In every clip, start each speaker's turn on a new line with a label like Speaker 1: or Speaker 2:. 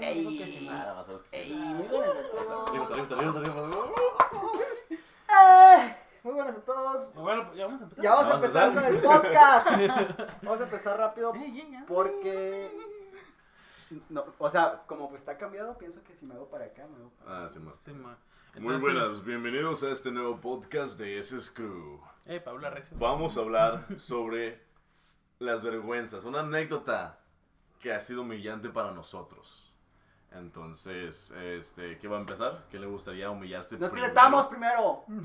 Speaker 1: Ey.
Speaker 2: que sí.
Speaker 1: Nada más a los que sí.
Speaker 2: Ey, muy buenas a todos.
Speaker 3: ¡Eh! Muy buenas a todos.
Speaker 2: Bueno, pues, ya vamos a empezar.
Speaker 3: Ya vamos a
Speaker 1: Vamos a
Speaker 3: empezar con el podcast. Vamos a empezar rápido
Speaker 2: Ey, ey, ey.
Speaker 3: porque. No, o sea, como pues está cambiado, pienso que si me hago para acá, me hago.
Speaker 1: Ah, sí, ma.
Speaker 2: Sí, ma.
Speaker 1: Muy
Speaker 2: Entonces,
Speaker 1: buenas, bienvenidos a este nuevo podcast de SS Crew.
Speaker 2: Eh, Paula Recio.
Speaker 1: Vamos a hablar sobre las vergüenzas, una anécdota que ha sido humillante para nosotros. Entonces, este, ¿qué va a empezar? ¿Qué le gustaría humillarse
Speaker 3: Nos
Speaker 1: primero?
Speaker 3: presentamos primero. Como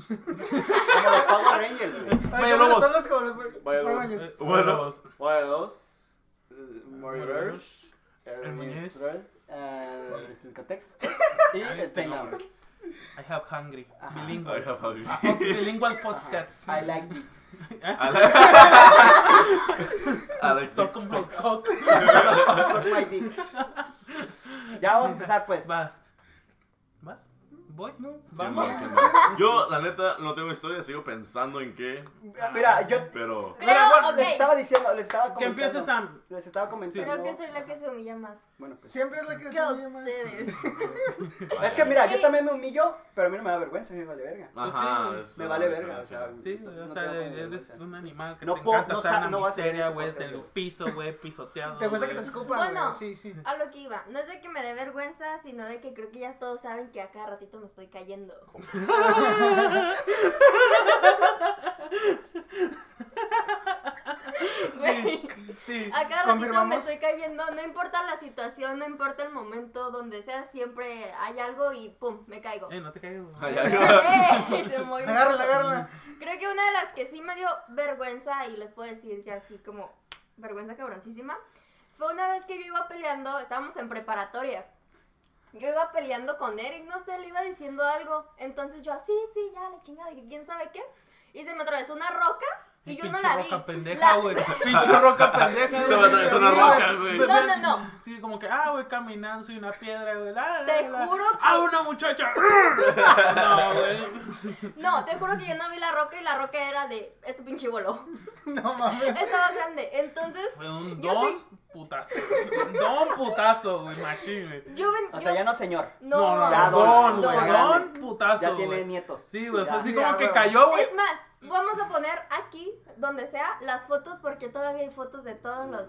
Speaker 3: los Power Rangers, güey.
Speaker 2: Vaya
Speaker 3: Ay, ¿cómo
Speaker 2: lobos.
Speaker 3: estamos como los Power
Speaker 1: Vaya lobos.
Speaker 3: Rangers?
Speaker 2: Eh,
Speaker 1: Bueno.
Speaker 2: vamos.
Speaker 3: Bueno, los eh,
Speaker 2: Murderers,
Speaker 3: Murderers,
Speaker 2: Hermes.
Speaker 3: Hermistres, eh, Cotex y el Tenor.
Speaker 2: I have hungry.
Speaker 3: Ajá.
Speaker 1: Ay,
Speaker 2: Bilingual. Ah,
Speaker 1: Javi.
Speaker 2: Bilingual podcasts.
Speaker 3: I like this.
Speaker 1: Alex. Alex.
Speaker 2: Suck on my
Speaker 1: TikToks.
Speaker 2: cock.
Speaker 3: Suck my dick. Ya vamos a empezar, pues.
Speaker 2: Vas. ¿Vas? ¿Voy?
Speaker 3: No.
Speaker 1: ¿Quién
Speaker 2: ¿Vamos?
Speaker 1: más? ¿Quién más? Yo, la neta, no tengo historia, sigo pensando en qué,
Speaker 4: Ah.
Speaker 3: Mira, yo
Speaker 1: pero...
Speaker 4: Creo,
Speaker 2: Bueno,
Speaker 4: ok,
Speaker 3: les estaba diciendo, les estaba comentando.
Speaker 2: Que empiece Sam.
Speaker 3: Les estaba comentando.
Speaker 4: creo que soy la que se humilla más
Speaker 3: Bueno, pues.
Speaker 5: Siempre es la que
Speaker 4: que
Speaker 5: se humilla más.
Speaker 4: ustedes.
Speaker 3: Es que mira, yo también me humillo, pero a mí no me da vergüenza, a mí me vale verga.
Speaker 1: Ajá,
Speaker 2: Pues
Speaker 1: es
Speaker 3: Me
Speaker 1: una
Speaker 3: vale verga, o sea.
Speaker 1: diferencia.
Speaker 2: Sí,
Speaker 3: entonces
Speaker 2: o
Speaker 3: no
Speaker 2: sea,
Speaker 3: tengo como
Speaker 2: eres
Speaker 3: vergüenza.
Speaker 2: un animal que
Speaker 3: No
Speaker 2: te
Speaker 3: puedo-
Speaker 2: encanta
Speaker 3: no
Speaker 2: estar
Speaker 3: sa-
Speaker 2: en
Speaker 3: no
Speaker 2: la
Speaker 3: vas a ver
Speaker 2: miseria,
Speaker 3: este
Speaker 2: güey,
Speaker 3: podcast,
Speaker 2: del
Speaker 3: güey.
Speaker 2: piso, güey, pisoteado,
Speaker 5: ¿Te gusta que te
Speaker 2: güey.
Speaker 5: escupan?
Speaker 4: Bueno.
Speaker 5: güey? Sí, sí.
Speaker 4: A lo que iba, no es de que me dé vergüenza, sino de que creo que ya todos saben que a cada ratito me estoy cayendo. Güey,
Speaker 2: Sí.
Speaker 4: a cada ratito me
Speaker 5: Confirmamos.
Speaker 4: estoy cayendo, no importa la situación, no importa el momento, donde sea, siempre hay algo y pum, me caigo.
Speaker 2: Eh, no te caigas. güey.
Speaker 1: Ay, ay, ay.
Speaker 4: ¡Eh! Se movió.
Speaker 5: Agárrala, agárrala.
Speaker 4: Creo que una de las que sí me dio vergüenza, y les puedo decir que así como vergüenza cabroncísima, fue una vez que yo iba peleando, estábamos en preparatoria. Yo iba peleando con Eric, no sé, le iba diciendo algo. Entonces yo así, sí, ya, la chingada, que quién sabe qué. Y se me atravesó una roca y yo no
Speaker 2: Pinche
Speaker 4: la vi.
Speaker 2: roca pendeja,
Speaker 4: La-
Speaker 2: güey. Pinche roca pendeja,
Speaker 1: Se me atravesó una roca, güey.
Speaker 4: No, no, no.
Speaker 2: Sí, como que, ah, güey, caminando, soy una piedra, güey. la, la,
Speaker 4: Te
Speaker 2: la.
Speaker 4: juro que-
Speaker 2: ¡Ah, una muchacha! no, güey.
Speaker 4: No, te juro que yo no vi la roca y la roca era de este pinche voló.
Speaker 5: No mames.
Speaker 4: Estaba grande. Entonces,
Speaker 2: Fue un
Speaker 4: Yo
Speaker 2: don
Speaker 4: sí.
Speaker 2: putazo. güey. Un don putazo, güey, machín, güey.
Speaker 4: yo ven-
Speaker 3: O sea,
Speaker 4: yo-
Speaker 3: ya no, señor.
Speaker 2: No, no, no,
Speaker 3: Ya,
Speaker 2: don, güey.
Speaker 3: don, ya
Speaker 2: Don
Speaker 3: grande.
Speaker 2: putazo,
Speaker 3: Ya tiene
Speaker 2: güey.
Speaker 3: nietos.
Speaker 2: Sí, güey, fue
Speaker 3: Ya.
Speaker 2: así
Speaker 5: Ya,
Speaker 2: como que
Speaker 5: güey.
Speaker 2: cayó, güey.
Speaker 4: Es más, vamos a poner aquí, donde sea, las fotos porque todavía hay fotos de todos los,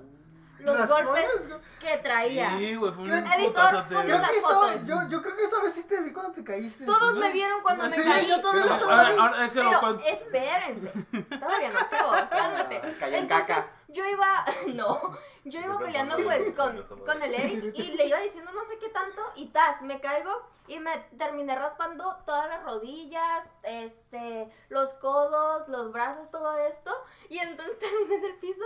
Speaker 4: los
Speaker 5: Las
Speaker 4: golpes
Speaker 5: pones, güey.
Speaker 4: que traía.
Speaker 2: Sí, güey, fue un
Speaker 5: Creo-
Speaker 4: Editor,
Speaker 2: putazote.
Speaker 4: pon
Speaker 2: güey.
Speaker 5: Creo
Speaker 4: las
Speaker 5: que
Speaker 4: fotos.
Speaker 5: esa, yo, yo creo que esa vez sí te vi cuando te caíste.
Speaker 4: Todos me vieron cuando me
Speaker 5: Sí,
Speaker 4: caí.
Speaker 5: yo también lo
Speaker 2: Ahora,
Speaker 5: estaba
Speaker 2: ahora, déjalo,
Speaker 4: Pero eh,
Speaker 2: cuento.
Speaker 4: espérense, todavía no acabo, cálmate.
Speaker 2: Ah,
Speaker 3: Caí en
Speaker 4: Entonces
Speaker 3: caca.
Speaker 4: yo iba, no, yo iba
Speaker 1: Siempre
Speaker 4: peleando
Speaker 1: pasó.
Speaker 4: pues con, con el Eric y le iba diciendo no sé qué tanto y tas, me caigo y me terminé raspando todas las rodillas, este, los codos, los brazos, todo esto y entonces terminé en el piso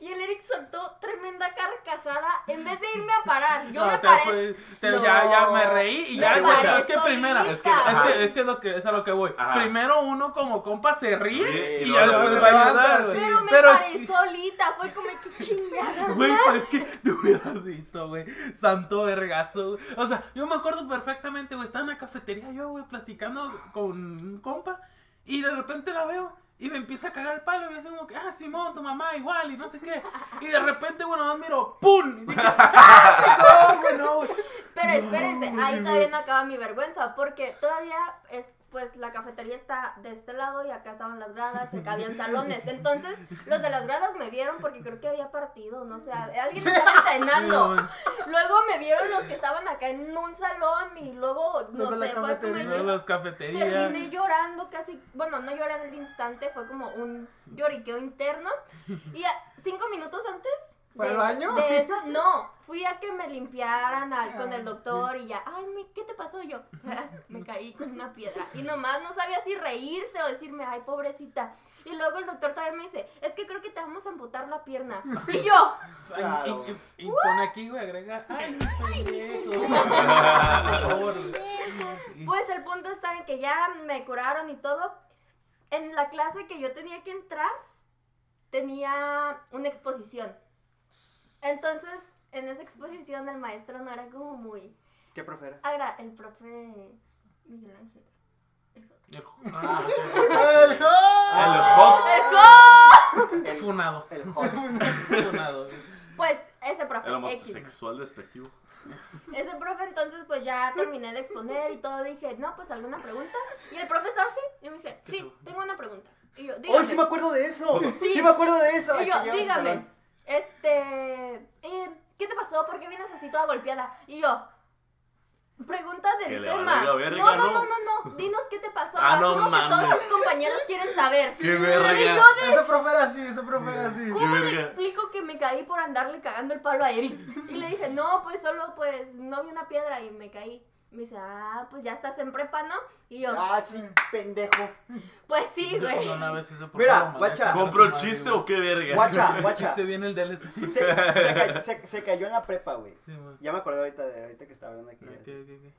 Speaker 4: y el Eric soltó tremenda carcajada en vez de irme a parar, yo
Speaker 2: No,
Speaker 4: me
Speaker 2: te
Speaker 4: paré.
Speaker 2: fue- te-
Speaker 4: No.
Speaker 2: ya, ya me reí y
Speaker 4: Me
Speaker 2: ya, güey,
Speaker 4: paré
Speaker 2: es que primera,
Speaker 4: solita.
Speaker 2: es que, es
Speaker 1: Ajá.
Speaker 2: que, es que lo que, es a lo que voy.
Speaker 1: Ajá.
Speaker 2: Primero uno como compa se ríe
Speaker 1: Sí,
Speaker 2: y
Speaker 1: y
Speaker 2: ya
Speaker 1: luego
Speaker 2: después
Speaker 1: te
Speaker 2: va a
Speaker 5: levantas,
Speaker 2: llorar,
Speaker 5: sí.
Speaker 2: güey.
Speaker 4: Pero me
Speaker 2: Pero es
Speaker 4: paré
Speaker 2: que-
Speaker 4: solita, fue como que chingada.
Speaker 2: Güey, pero es que tú hubieras visto, güey. Santo vergazo. güey. O sea, yo me acuerdo perfectamente, güey. Estaba en la cafetería yo, güey, platicando con un compa. Y de repente la veo. Y me empieza a cagar el palo. Y me dice como que, ah, Simón, tu mamá igual. Y no sé qué. Y de repente, bueno, más miro, ¡pum! Y dije, ¡ah! No, güey, no, güey.
Speaker 4: Pero espérense,
Speaker 2: No,
Speaker 4: ahí
Speaker 2: güey.
Speaker 4: todavía no acaba mi vergüenza, porque todavía es, pues la cafetería está de este lado y acá estaban las gradas, acá habían salones. Entonces, los de las gradas me vieron porque creo que había partido, no sé, alguien estaba entrenando. Luego me vieron los que estaban acá en un salón y luego, no
Speaker 5: Los de la
Speaker 4: sé, fue como
Speaker 5: cafetería.
Speaker 2: No,
Speaker 4: yo
Speaker 2: las cafeterías.
Speaker 4: terminé llorando casi, bueno, no lloré en el instante, fue como un lloriqueo interno. Y a- cinco minutos antes...
Speaker 5: ¿Fue
Speaker 4: de-
Speaker 5: al baño?
Speaker 4: De eso, no. Fui a que me limpiaran al-
Speaker 5: Ah,
Speaker 4: con el doctor y ya, ay, me- ¿qué te pasó? Y yo, me caí con una piedra. Y nomás no sabía si reírse o decirme, ay, pobrecita. Y luego el doctor también me dice, es que creo que te vamos a amputar la pierna. Y yo,
Speaker 2: Ay,
Speaker 3: Claro.
Speaker 2: Y, y- y pone aquí, güey, agrega. Ay, pendejo. Por favor.
Speaker 4: Pues el punto está en que ya me curaron y todo. En la clase que yo tenía que entrar, tenía una exposición. Entonces, en esa exposición el maestro no era como muy...
Speaker 3: ¿Qué profera?
Speaker 4: Agra, el profe Miguel Ángel.
Speaker 2: El- ah,
Speaker 5: ¡El
Speaker 1: El
Speaker 5: hot!
Speaker 4: Ah,
Speaker 1: hot.
Speaker 3: El,
Speaker 2: funado.
Speaker 3: el hot.
Speaker 2: Funado.
Speaker 4: Pues ese profe.
Speaker 1: El
Speaker 4: X.
Speaker 1: homosexual despectivo.
Speaker 4: Ese profe entonces pues ya terminé de exponer y todo, dije, no, pues alguna pregunta. Y el profe estaba así y me dice, sí, tengo una pregunta. Y yo,
Speaker 3: ¡Hoy
Speaker 4: dígame.
Speaker 3: sí me acuerdo de eso!
Speaker 4: Sí.
Speaker 3: Sí, me acuerdo de eso. Es
Speaker 4: Y
Speaker 3: que
Speaker 4: yo,
Speaker 3: llegamos al
Speaker 4: dígame,
Speaker 3: salón.
Speaker 4: este, eh, ¿qué te pasó? ¿Por qué vienes así toda golpeada? Y yo, pregunta
Speaker 1: Que
Speaker 4: del
Speaker 1: le
Speaker 4: tema.
Speaker 1: valga verga,
Speaker 4: no, no,
Speaker 1: ¿no?
Speaker 4: no, no, no, dinos qué te pasó.
Speaker 1: Ah, no
Speaker 4: Asumo que todos
Speaker 1: mames.
Speaker 4: tus compañeros quieren saber.
Speaker 1: ¡Qué
Speaker 4: Y
Speaker 1: verga!
Speaker 4: yo de,
Speaker 5: Ese profe era así, ese profe era así.
Speaker 4: ¿cómo
Speaker 1: qué
Speaker 4: le
Speaker 1: verga.
Speaker 4: explico que me caí por andarle cagando el palo a Eric? Y le dije, no, pues solo, pues, no vi una piedra y me caí. Me dice, ah, pues ya estás en prepa, ¿no? Y yo,
Speaker 3: Ah, sí, pendejo.
Speaker 4: pues sí,
Speaker 2: Yo-
Speaker 4: güey.
Speaker 2: yo una vez ese profe
Speaker 3: Mira,
Speaker 2: lo mandé a
Speaker 3: guacha.
Speaker 2: chingar a su
Speaker 1: ¿Compro el
Speaker 2: madre,
Speaker 1: chiste
Speaker 2: güey.
Speaker 1: o qué verga?
Speaker 3: Guacha, guacha.
Speaker 2: Chiste bien el DLC.
Speaker 3: Se, se cay- se- se cayó en la prepa, güey.
Speaker 2: Sí, güey.
Speaker 3: Ya me acordé ahorita de ahorita que estaba hablando aquí.
Speaker 2: Ok, ok, Eh, ok.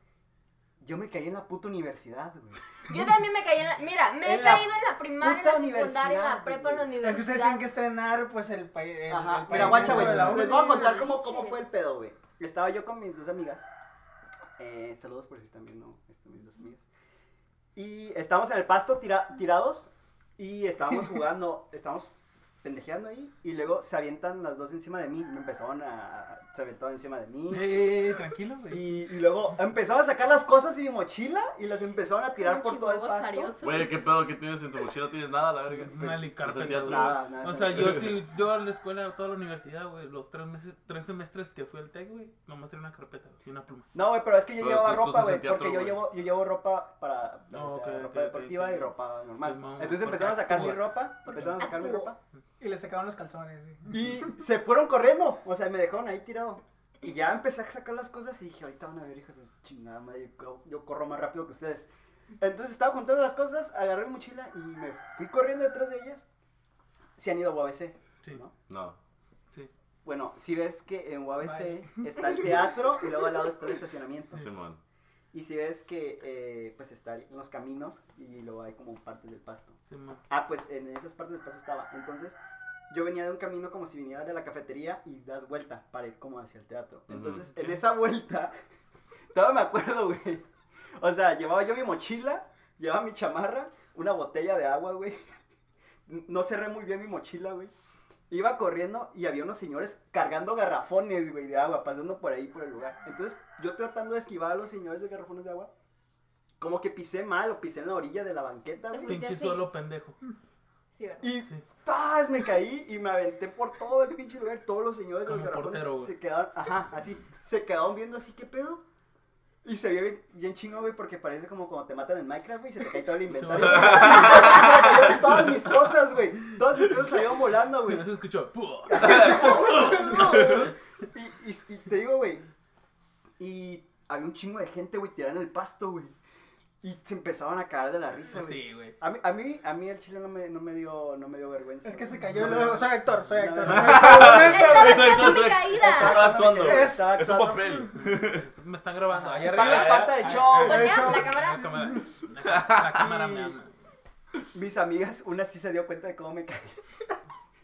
Speaker 3: Yo me caí en la puta universidad, güey.
Speaker 4: Yo también me caí en la. Mira, me he
Speaker 3: En la
Speaker 4: caído en la primaria, en la
Speaker 3: puta
Speaker 4: secundaria, en la
Speaker 3: universidad,
Speaker 4: prepa, en la
Speaker 3: güey.
Speaker 4: universidad.
Speaker 5: Es que ustedes tienen que estrenar, pues, el país.
Speaker 3: Ajá. Mira, guacha, güey. Les voy a contar cómo, cómo fue el pedo, güey. Estaba yo con mis dos amigas. Eh, saludos por si están viendo esto, mis dos amigas. Y estábamos en el pasto tira- tirados y estábamos jugando, estábamos pendejeando ahí y luego se avientan las dos encima de mí. Me empezaron a... Se aventó encima de mí.
Speaker 2: Ey, ey, ey, eh, tranquilo, güey.
Speaker 3: Y, y luego empezaron a sacar las cosas y mi mochila y las empezaron a tirar
Speaker 4: Como
Speaker 3: por todo el
Speaker 4: chihuahua
Speaker 3: pasto.
Speaker 4: carioso.
Speaker 1: Güey, ¿qué pedo que tienes en tu mochila? ¿Tienes nada, la verga?
Speaker 2: Una
Speaker 1: Pues el
Speaker 2: licarpeta,
Speaker 1: teatro.
Speaker 2: güey.
Speaker 3: Nada, nada.
Speaker 2: O sea, yo sí, yo en la escuela, toda la universidad, güey, los tres meses, tres semestres que fui al TEC, güey, nomás tenía una carpeta güey, y una pluma.
Speaker 3: No, güey, pero es que yo
Speaker 1: Pero
Speaker 3: llevaba
Speaker 1: tú- tú
Speaker 3: ropa,
Speaker 1: estás
Speaker 3: güey,
Speaker 1: en teatro,
Speaker 3: porque yo
Speaker 1: güey.
Speaker 3: llevo, yo llevo ropa para,
Speaker 2: No,
Speaker 3: o sea,
Speaker 2: Ah, ok,
Speaker 3: ropa
Speaker 2: ok,
Speaker 3: deportiva
Speaker 2: ok, ok.
Speaker 3: y ropa normal.
Speaker 2: Simón,
Speaker 3: Entonces
Speaker 2: porque
Speaker 3: empezaron a sacar mi
Speaker 2: actúas.
Speaker 3: ropa,
Speaker 4: Porque
Speaker 3: empezaron a sacar mi
Speaker 4: actúo.
Speaker 3: ropa
Speaker 5: Y le sacaban los calzones, sí.
Speaker 3: y se fueron corriendo, o sea, me dejaron ahí tirado. Y ya empecé a sacar las cosas y dije, ahorita van a ver, hijos de su chingada madre, yo, co- yo corro más rápido que ustedes. Entonces estaba juntando las cosas, agarré mi mochila y me fui corriendo detrás de ellas. Se han ido a UABC.
Speaker 2: Sí,
Speaker 3: ¿No?
Speaker 1: No.
Speaker 2: sí.
Speaker 3: Bueno, si ves que en UABC está el teatro y luego al lado está el estacionamiento.
Speaker 1: Simón.
Speaker 3: Y si ves que, eh, pues, están los caminos y luego hay como partes del pasto.
Speaker 2: sí, ma.
Speaker 3: Ah, pues, en esas partes del pasto estaba. Entonces, yo venía de un camino como si viniera de la cafetería y das vuelta para ir como hacia el teatro.
Speaker 1: Ujú.
Speaker 3: Entonces, en esa vuelta, todavía me acuerdo, güey. O sea, llevaba yo mi mochila, llevaba mi chamarra, una botella de agua, güey. No cerré muy bien mi mochila, güey. Iba corriendo y había unos señores cargando garrafones, güey, de agua, pasando por ahí, por el lugar. Entonces, yo tratando de esquivar a los señores de garrafones de agua, como que pisé mal o pisé en la orilla de la banqueta, güey.
Speaker 4: Fuiste
Speaker 2: Pinche
Speaker 4: así.
Speaker 2: solo pendejo.
Speaker 4: Sí, ¿verdad?
Speaker 3: Y
Speaker 2: Sí.
Speaker 3: ¡paz! Me caí y me aventé por todo el pinche lugar. Todos los señores de los
Speaker 2: Como
Speaker 3: garrafones
Speaker 2: portero, güey.
Speaker 3: se quedaron, ajá, así, se quedaron viendo así, ¿qué pedo? Y se vio bien, bien chingo, güey, porque parece como cuando te matan en Minecraft, güey, y se te cae todo el inventario.
Speaker 2: Sí.
Speaker 3: Sí, se me cayeron todas mis cosas, güey. Todas mis cosas salieron volando, güey.
Speaker 2: No se escuchó. ¡pua!
Speaker 3: Y, y- y te digo, güey. Y había un chingo de gente, güey, tirada en el pasto, güey. Y se empezaron a cagar de la risa, güey.
Speaker 2: Ah, Sí, güey.
Speaker 3: A mí, a mí, a mí el chile no me, no me dio, no me dio vergüenza.
Speaker 5: Es que se
Speaker 3: güey.
Speaker 5: cayó y luego, soy actor, soy actor.
Speaker 4: Estaba
Speaker 1: Eso,
Speaker 4: haciendo mi
Speaker 1: entonces-
Speaker 4: caída.
Speaker 1: Estaba actuando. güey.
Speaker 5: Es-
Speaker 1: Es un papel.
Speaker 2: Me están grabando. Allá
Speaker 3: Es
Speaker 2: arriba.
Speaker 3: parte- es parte del
Speaker 2: Ay,
Speaker 3: show,
Speaker 2: ay,
Speaker 4: Voltea,
Speaker 5: de
Speaker 2: ay,
Speaker 5: hecho-
Speaker 4: la
Speaker 2: La
Speaker 4: cámara.
Speaker 2: cámara. La cámara me ama.
Speaker 3: Mis amigas, una sí se dio cuenta de cómo me caí.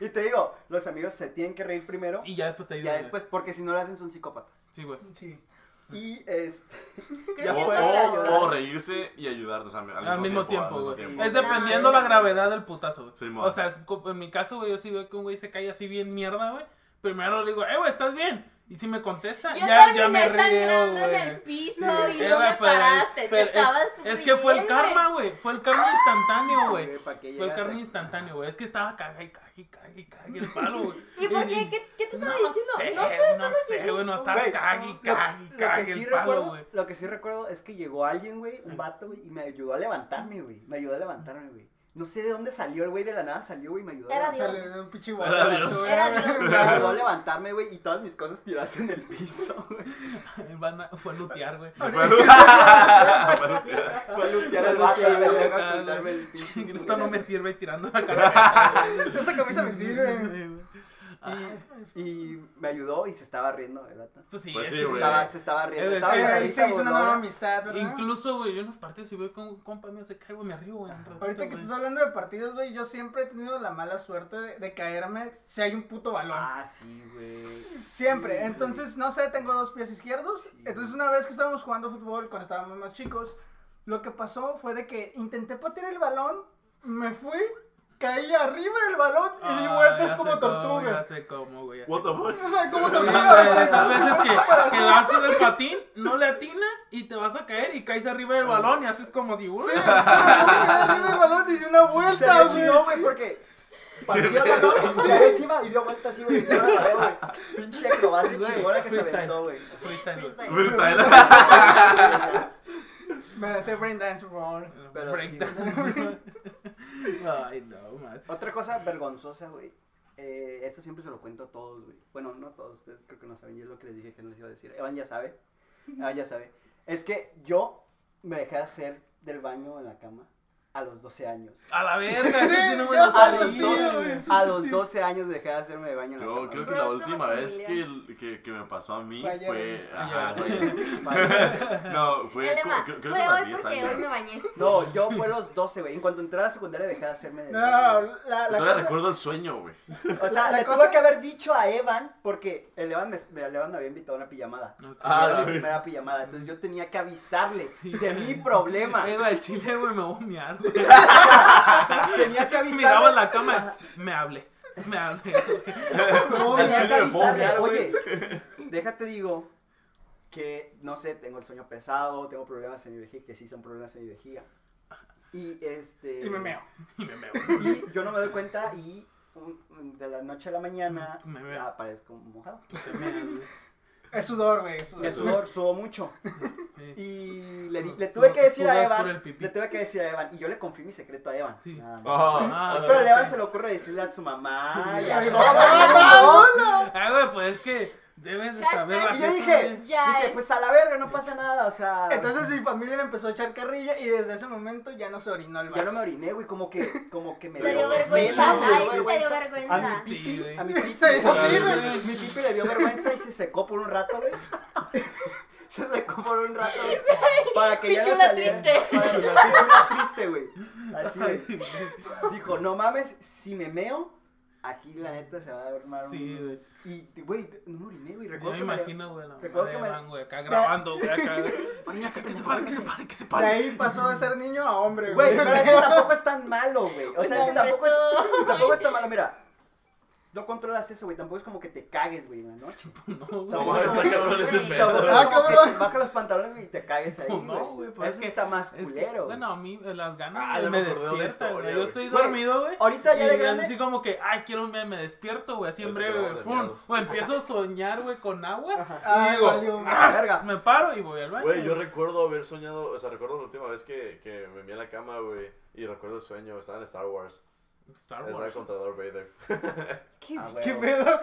Speaker 3: y te digo, los amigos se tienen que reír primero.
Speaker 2: Y ya después te ayudo.
Speaker 3: ya después, porque si no lo hacen son psicópatas.
Speaker 2: Sí, güey.
Speaker 5: Sí.
Speaker 3: Y este.
Speaker 4: Creo
Speaker 3: Ya
Speaker 4: que
Speaker 3: fue.
Speaker 4: eso te
Speaker 1: O,
Speaker 4: ayudó.
Speaker 1: o reírse y ayudarnos al,
Speaker 2: Al mismo tiempo,
Speaker 1: al mismo
Speaker 2: güey.
Speaker 1: tiempo.
Speaker 2: Es dependiendo
Speaker 4: Ah,
Speaker 2: la gravedad del putazo, güey.
Speaker 1: Sí, mo.
Speaker 2: o sea, es co- en mi caso, güey, yo sí veo que un güey se cae así bien mierda, güey. Primero le digo, eh, güey, ¿estás bien? Y si me contesta,
Speaker 4: Yo
Speaker 2: ya, ya me
Speaker 4: terminé
Speaker 2: río,
Speaker 4: sangrando en
Speaker 2: güey.
Speaker 4: el piso y
Speaker 2: Eh,
Speaker 4: no
Speaker 2: güey,
Speaker 4: me
Speaker 2: pero-
Speaker 4: paraste. Te
Speaker 2: pero es-
Speaker 4: estabas.
Speaker 2: Es que fue el
Speaker 4: riendo, güey.
Speaker 2: karma, güey. Fue el karma instantáneo, güey.
Speaker 3: ¿para qué
Speaker 2: Fue el
Speaker 3: llegas
Speaker 2: karma
Speaker 3: a-
Speaker 2: instantáneo, güey. Es que estaba caga y caga y caga y caga el palo, güey.
Speaker 4: ¿Y por qué? ¿Qué, qué te
Speaker 2: No,
Speaker 4: estaba diciendo?
Speaker 2: sé,
Speaker 4: no sé,
Speaker 2: no
Speaker 4: solo
Speaker 2: sé,
Speaker 4: llegué.
Speaker 2: güey, no estás
Speaker 3: Güey,
Speaker 2: caga y
Speaker 3: Lo,
Speaker 2: caga y
Speaker 3: lo
Speaker 2: caga
Speaker 3: que sí
Speaker 2: el palo,
Speaker 3: recuerdo,
Speaker 2: güey.
Speaker 3: lo que sí recuerdo es que llegó alguien, güey, un vato, güey, y me ayudó a levantarme, güey. Me ayudó a levantarme, güey. No sé de dónde salió el güey, de la nada salió, güey, y me ayudó a
Speaker 4: Era
Speaker 5: O sea,
Speaker 4: Dios.
Speaker 5: le dio un pinche
Speaker 1: Era Dios.
Speaker 5: guadazo,
Speaker 4: Era
Speaker 5: güey.
Speaker 4: Dios.
Speaker 3: Me ayudó a levantarme, güey, y todas mis cosas tiradas en el piso, güey.
Speaker 2: Van a- Fue a lutear, güey.
Speaker 3: Fue a lutear al vato y me dejó
Speaker 2: Ah,
Speaker 3: ocultarme
Speaker 2: güey.
Speaker 3: el piso.
Speaker 2: Esto no me sirve y tirando la cara.
Speaker 5: Esta camisa me sirve.
Speaker 3: Y, y me ayudó y se estaba riendo, el vato.
Speaker 2: Ah, Pues sí,
Speaker 1: Pues
Speaker 2: es
Speaker 1: sí,
Speaker 2: que
Speaker 3: Se
Speaker 1: güey.
Speaker 3: estaba, se estaba riendo.
Speaker 2: Eh,
Speaker 3: estaba
Speaker 5: Eh,
Speaker 3: en la
Speaker 5: Ahí
Speaker 3: risa
Speaker 5: se hizo una nueva
Speaker 3: burlona.
Speaker 5: amistad, ¿verdad?
Speaker 2: Incluso, güey, yo en los partidos, si voy con un compa mío, se cae, güey, me río, güey. un ratito,
Speaker 5: Ahorita que
Speaker 2: güey.
Speaker 5: estás hablando de partidos, güey, yo siempre he tenido la mala suerte de, de caerme si hay un puto balón.
Speaker 3: Ah, sí, güey.
Speaker 5: Siempre. Entonces, no sé, tengo dos pies izquierdos. Entonces, una vez que estábamos jugando fútbol cuando estábamos más chicos, lo que pasó fue de que intenté patear el balón, me fui caí arriba del balón y di vueltas
Speaker 2: Ah, ya
Speaker 5: como
Speaker 2: sé cómo, ya
Speaker 5: tortuga.
Speaker 2: sé cómo, güey. ya
Speaker 1: What
Speaker 2: sé
Speaker 1: the fuck?
Speaker 5: O sea, como
Speaker 2: cómo. Sí,
Speaker 5: tortuga.
Speaker 2: güey, de Esas veces que, que lanzas el patín, no le atinas y te vas a caer y caes arriba del balón y haces como si
Speaker 5: Sí,
Speaker 2: uno.
Speaker 5: o sea, como caí arriba del balón y di una
Speaker 3: Se
Speaker 5: vuelta,
Speaker 3: le
Speaker 5: güey.
Speaker 3: chingó, güey, porque. Partió el balón, y cayó encima y dio vuelta así, güey. encima de la pared, güey. Pinche acrobacia
Speaker 2: Güey,
Speaker 3: chingona que se
Speaker 2: freestyle.
Speaker 3: aventó, güey.
Speaker 2: Freestyle, güey.
Speaker 4: Freestyle.
Speaker 1: Freestyle.
Speaker 5: Me hace brain dance, por favor.
Speaker 3: Pero
Speaker 2: Breakdance. Ay, no, man.
Speaker 3: Otra cosa vergonzosa, güey. Eh, eso siempre se lo cuento a todos, güey. Bueno, no a todos, ustedes creo que no saben. Y es lo que les dije que no les iba a decir. Evan ya sabe. Evan ya sabe. Es que yo me dejé hacer del baño en la cama a los 12 años.
Speaker 2: A la verga, eso sí no me
Speaker 5: ya
Speaker 2: lo
Speaker 3: A
Speaker 5: sabes,
Speaker 3: los
Speaker 5: sí,
Speaker 2: sabía, güey.
Speaker 5: güey.
Speaker 3: 12, a los 12 años dejé de hacerme de baño en la
Speaker 1: Yo
Speaker 3: cama.
Speaker 1: creo
Speaker 3: güey.
Speaker 1: que la
Speaker 4: Pero
Speaker 1: última
Speaker 4: somos
Speaker 1: vez que,
Speaker 4: familia.
Speaker 1: que, que me pasó a mí
Speaker 5: Fue ayer,
Speaker 1: fue.
Speaker 5: ¿no?
Speaker 1: Ajá,
Speaker 2: Ayer.
Speaker 1: fue ayer. no, fue.
Speaker 4: El lema,
Speaker 1: co- creo- creo que
Speaker 4: fue
Speaker 1: a los
Speaker 4: hoy
Speaker 1: 10
Speaker 4: porque hoy me
Speaker 1: años.
Speaker 4: bañé.
Speaker 3: No, yo fue a los 12, güey. En cuanto entré a la secundaria dejé de hacerme de
Speaker 5: No,
Speaker 3: baño. güey.
Speaker 5: la, la
Speaker 1: Todavía
Speaker 5: cosa-
Speaker 1: recuerdo el sueño, güey.
Speaker 3: O sea,
Speaker 5: La
Speaker 3: le
Speaker 5: cosa-
Speaker 3: tuve que haber dicho a Evan, porque el Evan me, me- el Evan me había invitado a una pijamada.
Speaker 2: Ok.
Speaker 1: Ah,
Speaker 3: era
Speaker 1: la
Speaker 3: mi
Speaker 1: vi.
Speaker 3: primera pijamada, entonces yo tenía que avisarle de mi problema.
Speaker 2: Eh, güey, al chile, güey, me voy a mear. güey.
Speaker 3: Tenía que avisarle.
Speaker 2: Miraba la cama, me hablé, me hablé.
Speaker 5: No,
Speaker 1: Al
Speaker 5: mira,
Speaker 3: tenía
Speaker 1: chile
Speaker 3: que
Speaker 1: me puedo
Speaker 3: avisarle,
Speaker 1: mear,
Speaker 3: oye,
Speaker 1: güey.
Speaker 3: déjate digo que, no sé, tengo el sueño pesado, tengo problemas en mi vejiga, que sí son problemas en mi vejiga. Y este...
Speaker 5: Y me meo.
Speaker 2: Y me meo.
Speaker 3: Y yo no me doy cuenta y um, de la noche a la mañana
Speaker 2: Mm, Me veo.
Speaker 3: aparezco mojado.
Speaker 2: Te meas, güey.
Speaker 5: Es sudor, güey. Es
Speaker 3: De
Speaker 5: sudor.
Speaker 3: sudor, sudo mucho.
Speaker 2: Sí.
Speaker 3: Y le, di-
Speaker 2: Su-
Speaker 3: le tuve
Speaker 2: su-
Speaker 3: que decir a
Speaker 2: sudas por el
Speaker 3: Evan.
Speaker 2: pipí.
Speaker 3: Le tuve que decir a Evan. Y yo le confié mi secreto a Evan.
Speaker 2: Sí.
Speaker 3: Nada más.
Speaker 1: Ah,
Speaker 2: Ah,
Speaker 3: Pero a
Speaker 2: ok.
Speaker 3: Evan se le ocurre decirle a su mamá. Y a
Speaker 5: Ay,
Speaker 3: todo el
Speaker 5: no,
Speaker 3: mundo.
Speaker 2: Ah, güey, pues es que debes de saber la
Speaker 3: Y
Speaker 4: Hashtag
Speaker 3: yo
Speaker 2: gente,
Speaker 3: dije,
Speaker 2: güey.
Speaker 4: Ya
Speaker 3: dije,
Speaker 4: es.
Speaker 3: pues a la verga, no pasa nada. O sea,
Speaker 5: Entonces mi familia le empezó a echar carrilla y desde ese momento ya no se orinó el
Speaker 3: ya
Speaker 5: baño.
Speaker 3: no me oriné, güey. Como que, como que me
Speaker 4: Te dio
Speaker 1: Me dio
Speaker 4: vergüenza.
Speaker 3: me
Speaker 4: Ay,
Speaker 3: dio
Speaker 4: sí te dio vergüenza.
Speaker 3: A mi
Speaker 2: Sí,
Speaker 3: pipi,
Speaker 2: güey.
Speaker 3: a mi pipi,
Speaker 5: Se hizo
Speaker 2: así,
Speaker 3: mi-
Speaker 2: güey.
Speaker 3: mi pipi le dio vergüenza y se secó por un rato, güey. Se secó por un rato, güey, Para que ya no
Speaker 4: Pichula
Speaker 3: saliera.
Speaker 4: triste.
Speaker 3: Para que pichula triste, güey. Así, güey.
Speaker 2: Ay, güey.
Speaker 3: Dijo, no mames, si me meo, aquí la neta se va a armar un...
Speaker 2: Sí, güey.
Speaker 3: Y, güey, no me oriné, güey.
Speaker 2: Yo
Speaker 3: Recuerdo
Speaker 2: me
Speaker 3: que me-
Speaker 2: imagino, güey, la mamá
Speaker 3: Recuerdo
Speaker 2: de
Speaker 3: que me-
Speaker 2: Van, güey, acá grabando, güey, acá. güey. Chaca, que se pare, que se pare, que se
Speaker 5: De
Speaker 2: pare.
Speaker 5: ahí pasó de ser niño a hombre,
Speaker 3: Güey,
Speaker 5: güey.
Speaker 3: pero eso tampoco es tan malo, güey. O sea, es que
Speaker 4: Hombre,
Speaker 3: tampoco es,
Speaker 4: eso.
Speaker 3: tampoco es tan malo. Mira, no controlas eso, güey. Tampoco es como que te cagues, güey, en la noche.
Speaker 2: No, güey.
Speaker 1: No, mames, está cabrón ese
Speaker 4: Sí.
Speaker 1: pedo. güey.
Speaker 5: Ah,
Speaker 3: Ah,
Speaker 5: cabrón.
Speaker 3: cabrón. Baja los pantalones güey, y te caes ahí.
Speaker 2: No,
Speaker 3: güey.
Speaker 2: no, güey, pues
Speaker 3: Eso
Speaker 2: es que-
Speaker 3: está más
Speaker 2: Es que,
Speaker 3: culero.
Speaker 2: bueno, a mí eh, las ganas
Speaker 1: Ah, ya
Speaker 2: me
Speaker 1: me acordé de una
Speaker 2: despiertan,
Speaker 1: historia,
Speaker 2: güey. Yo
Speaker 1: güey.
Speaker 2: estoy
Speaker 3: Güey,
Speaker 2: dormido, güey.
Speaker 3: ahorita ya de
Speaker 2: y
Speaker 3: grande-
Speaker 2: así como que, ay, quiero un meme, me despierto, güey, así en
Speaker 1: Ahorita
Speaker 2: breve,
Speaker 1: quedamos
Speaker 2: güey, pum.
Speaker 1: dañados.
Speaker 2: O empiezo a soñar, güey, con agua.
Speaker 5: Ay,
Speaker 2: digo,
Speaker 5: valió, güey.
Speaker 2: ¡ah!
Speaker 3: verga.
Speaker 2: Me paro y voy al baño.
Speaker 1: Güey, yo recuerdo haber soñado, o sea, recuerdo la última vez que, que me vi en la cama, güey, y recuerdo el sueño, estaba en Star Wars,
Speaker 2: Star
Speaker 1: estaba
Speaker 2: Wars.
Speaker 1: contra Darth Vader.
Speaker 4: Qué
Speaker 3: Ah,
Speaker 5: ¿Qué
Speaker 3: güey.
Speaker 5: pedo?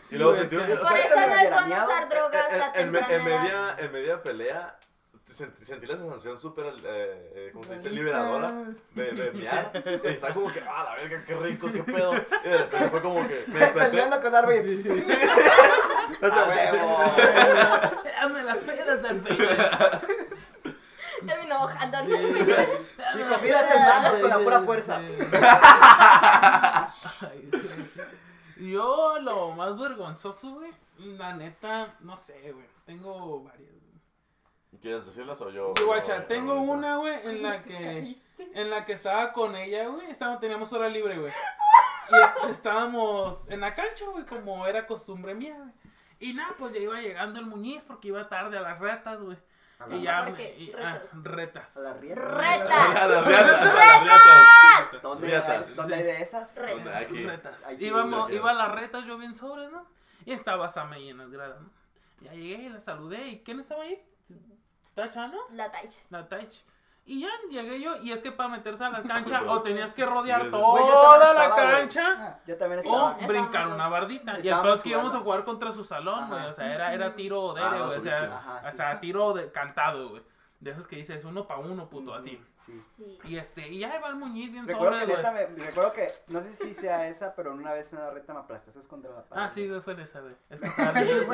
Speaker 2: Sí,
Speaker 1: y luego
Speaker 2: güey,
Speaker 1: sentí,
Speaker 2: es
Speaker 1: un-
Speaker 2: que-
Speaker 1: o sea,
Speaker 4: Por eso no es bueno
Speaker 3: graneado,
Speaker 4: usar
Speaker 2: Eh,
Speaker 4: drogas a
Speaker 1: en, en-
Speaker 4: temprana
Speaker 1: en
Speaker 4: edad.
Speaker 1: media, en media pelea, sentí, sentí la sensación súper, eh, eh, ¿cómo se dice? Liberadora de, de mear. Y estaba como que, ah, la verga, qué rico, qué pedo. Y de repente fue como que me desperté.
Speaker 3: Peleando con Darth Vader.
Speaker 1: O sea, se- se-
Speaker 2: Dame las pedas del Vader.
Speaker 4: Terminó mojando.
Speaker 2: Dame
Speaker 3: Dijo,
Speaker 2: las
Speaker 3: mira,
Speaker 2: pedas
Speaker 3: sentamos
Speaker 2: del
Speaker 3: con la pura
Speaker 2: Vader.
Speaker 3: fuerza.
Speaker 2: Ay, güey. Yo lo más vergonzoso, güey, la neta, no sé, güey. Tengo varias. güey.
Speaker 1: ¿Quieres decirlas o
Speaker 2: Yo,
Speaker 1: yo? yo-
Speaker 2: guacha,
Speaker 1: yo-
Speaker 2: tengo
Speaker 1: yo-
Speaker 2: una, güey, en la que en la que estaba con ella, güey. Estábamos, teníamos hora libre, güey. Y es- estábamos en la cancha, güey, como era costumbre mía, güey. Y nada, pues ya iba llegando el Muñiz porque iba tarde a las retas, güey. Y ya
Speaker 4: ¿Por qué?
Speaker 2: me- y- ah,
Speaker 4: Retas.
Speaker 2: retas.
Speaker 3: A la rieta.
Speaker 1: A
Speaker 4: Retas.
Speaker 1: las riatas, a las riatas.
Speaker 3: ¿Dónde hay,
Speaker 1: Riatas.
Speaker 3: dónde hay de esas?
Speaker 4: Retas.
Speaker 1: ¿Dónde? Aquí.
Speaker 2: Retas.
Speaker 3: Ay, qué
Speaker 2: Íbamos,
Speaker 1: lindo.
Speaker 2: iba a las retas, yo bien sobre, ¿no? Y estaba Same ahí en las gradas, ¿no? Ya llegué y la saludé. ¿Y quién estaba ahí? ¿Está Chano?
Speaker 4: La Taich.
Speaker 2: La Taich. Y ya llegué yo. Y es que para meterse a la cancha o tenías que rodear
Speaker 1: Güey, yo
Speaker 3: también
Speaker 2: toda la
Speaker 3: estaba, güey.
Speaker 2: cancha.
Speaker 3: Yo
Speaker 2: O
Speaker 3: también Ah, estaba.
Speaker 4: Estábamos
Speaker 2: brincar
Speaker 4: dos.
Speaker 2: una bardita. Y el
Speaker 3: Estábamos
Speaker 2: peor es que íbamos a
Speaker 3: jugando.
Speaker 2: jugar contra su salón,
Speaker 3: Ajá.
Speaker 2: güey. O sea, era, era tiro de
Speaker 1: Ah,
Speaker 2: aire,
Speaker 1: lo
Speaker 2: güey. O
Speaker 1: subiste.
Speaker 2: sea,
Speaker 3: Ajá,
Speaker 2: o
Speaker 3: sí.
Speaker 2: sea, tiro de cantado, güey. De esos que dices uno pa' uno, puto, así.
Speaker 3: Sí.
Speaker 4: Sí.
Speaker 2: Y este, y ya va el muñiz bien
Speaker 3: Recuerdo que
Speaker 2: sobre, güey.
Speaker 3: en esa me, recuerdo que, no sé si sea esa, pero una vez en una reta me aplastaste contra la pared.
Speaker 2: Ah, sí, güey, fue en esa, güey. Es que
Speaker 5: Fue en esa,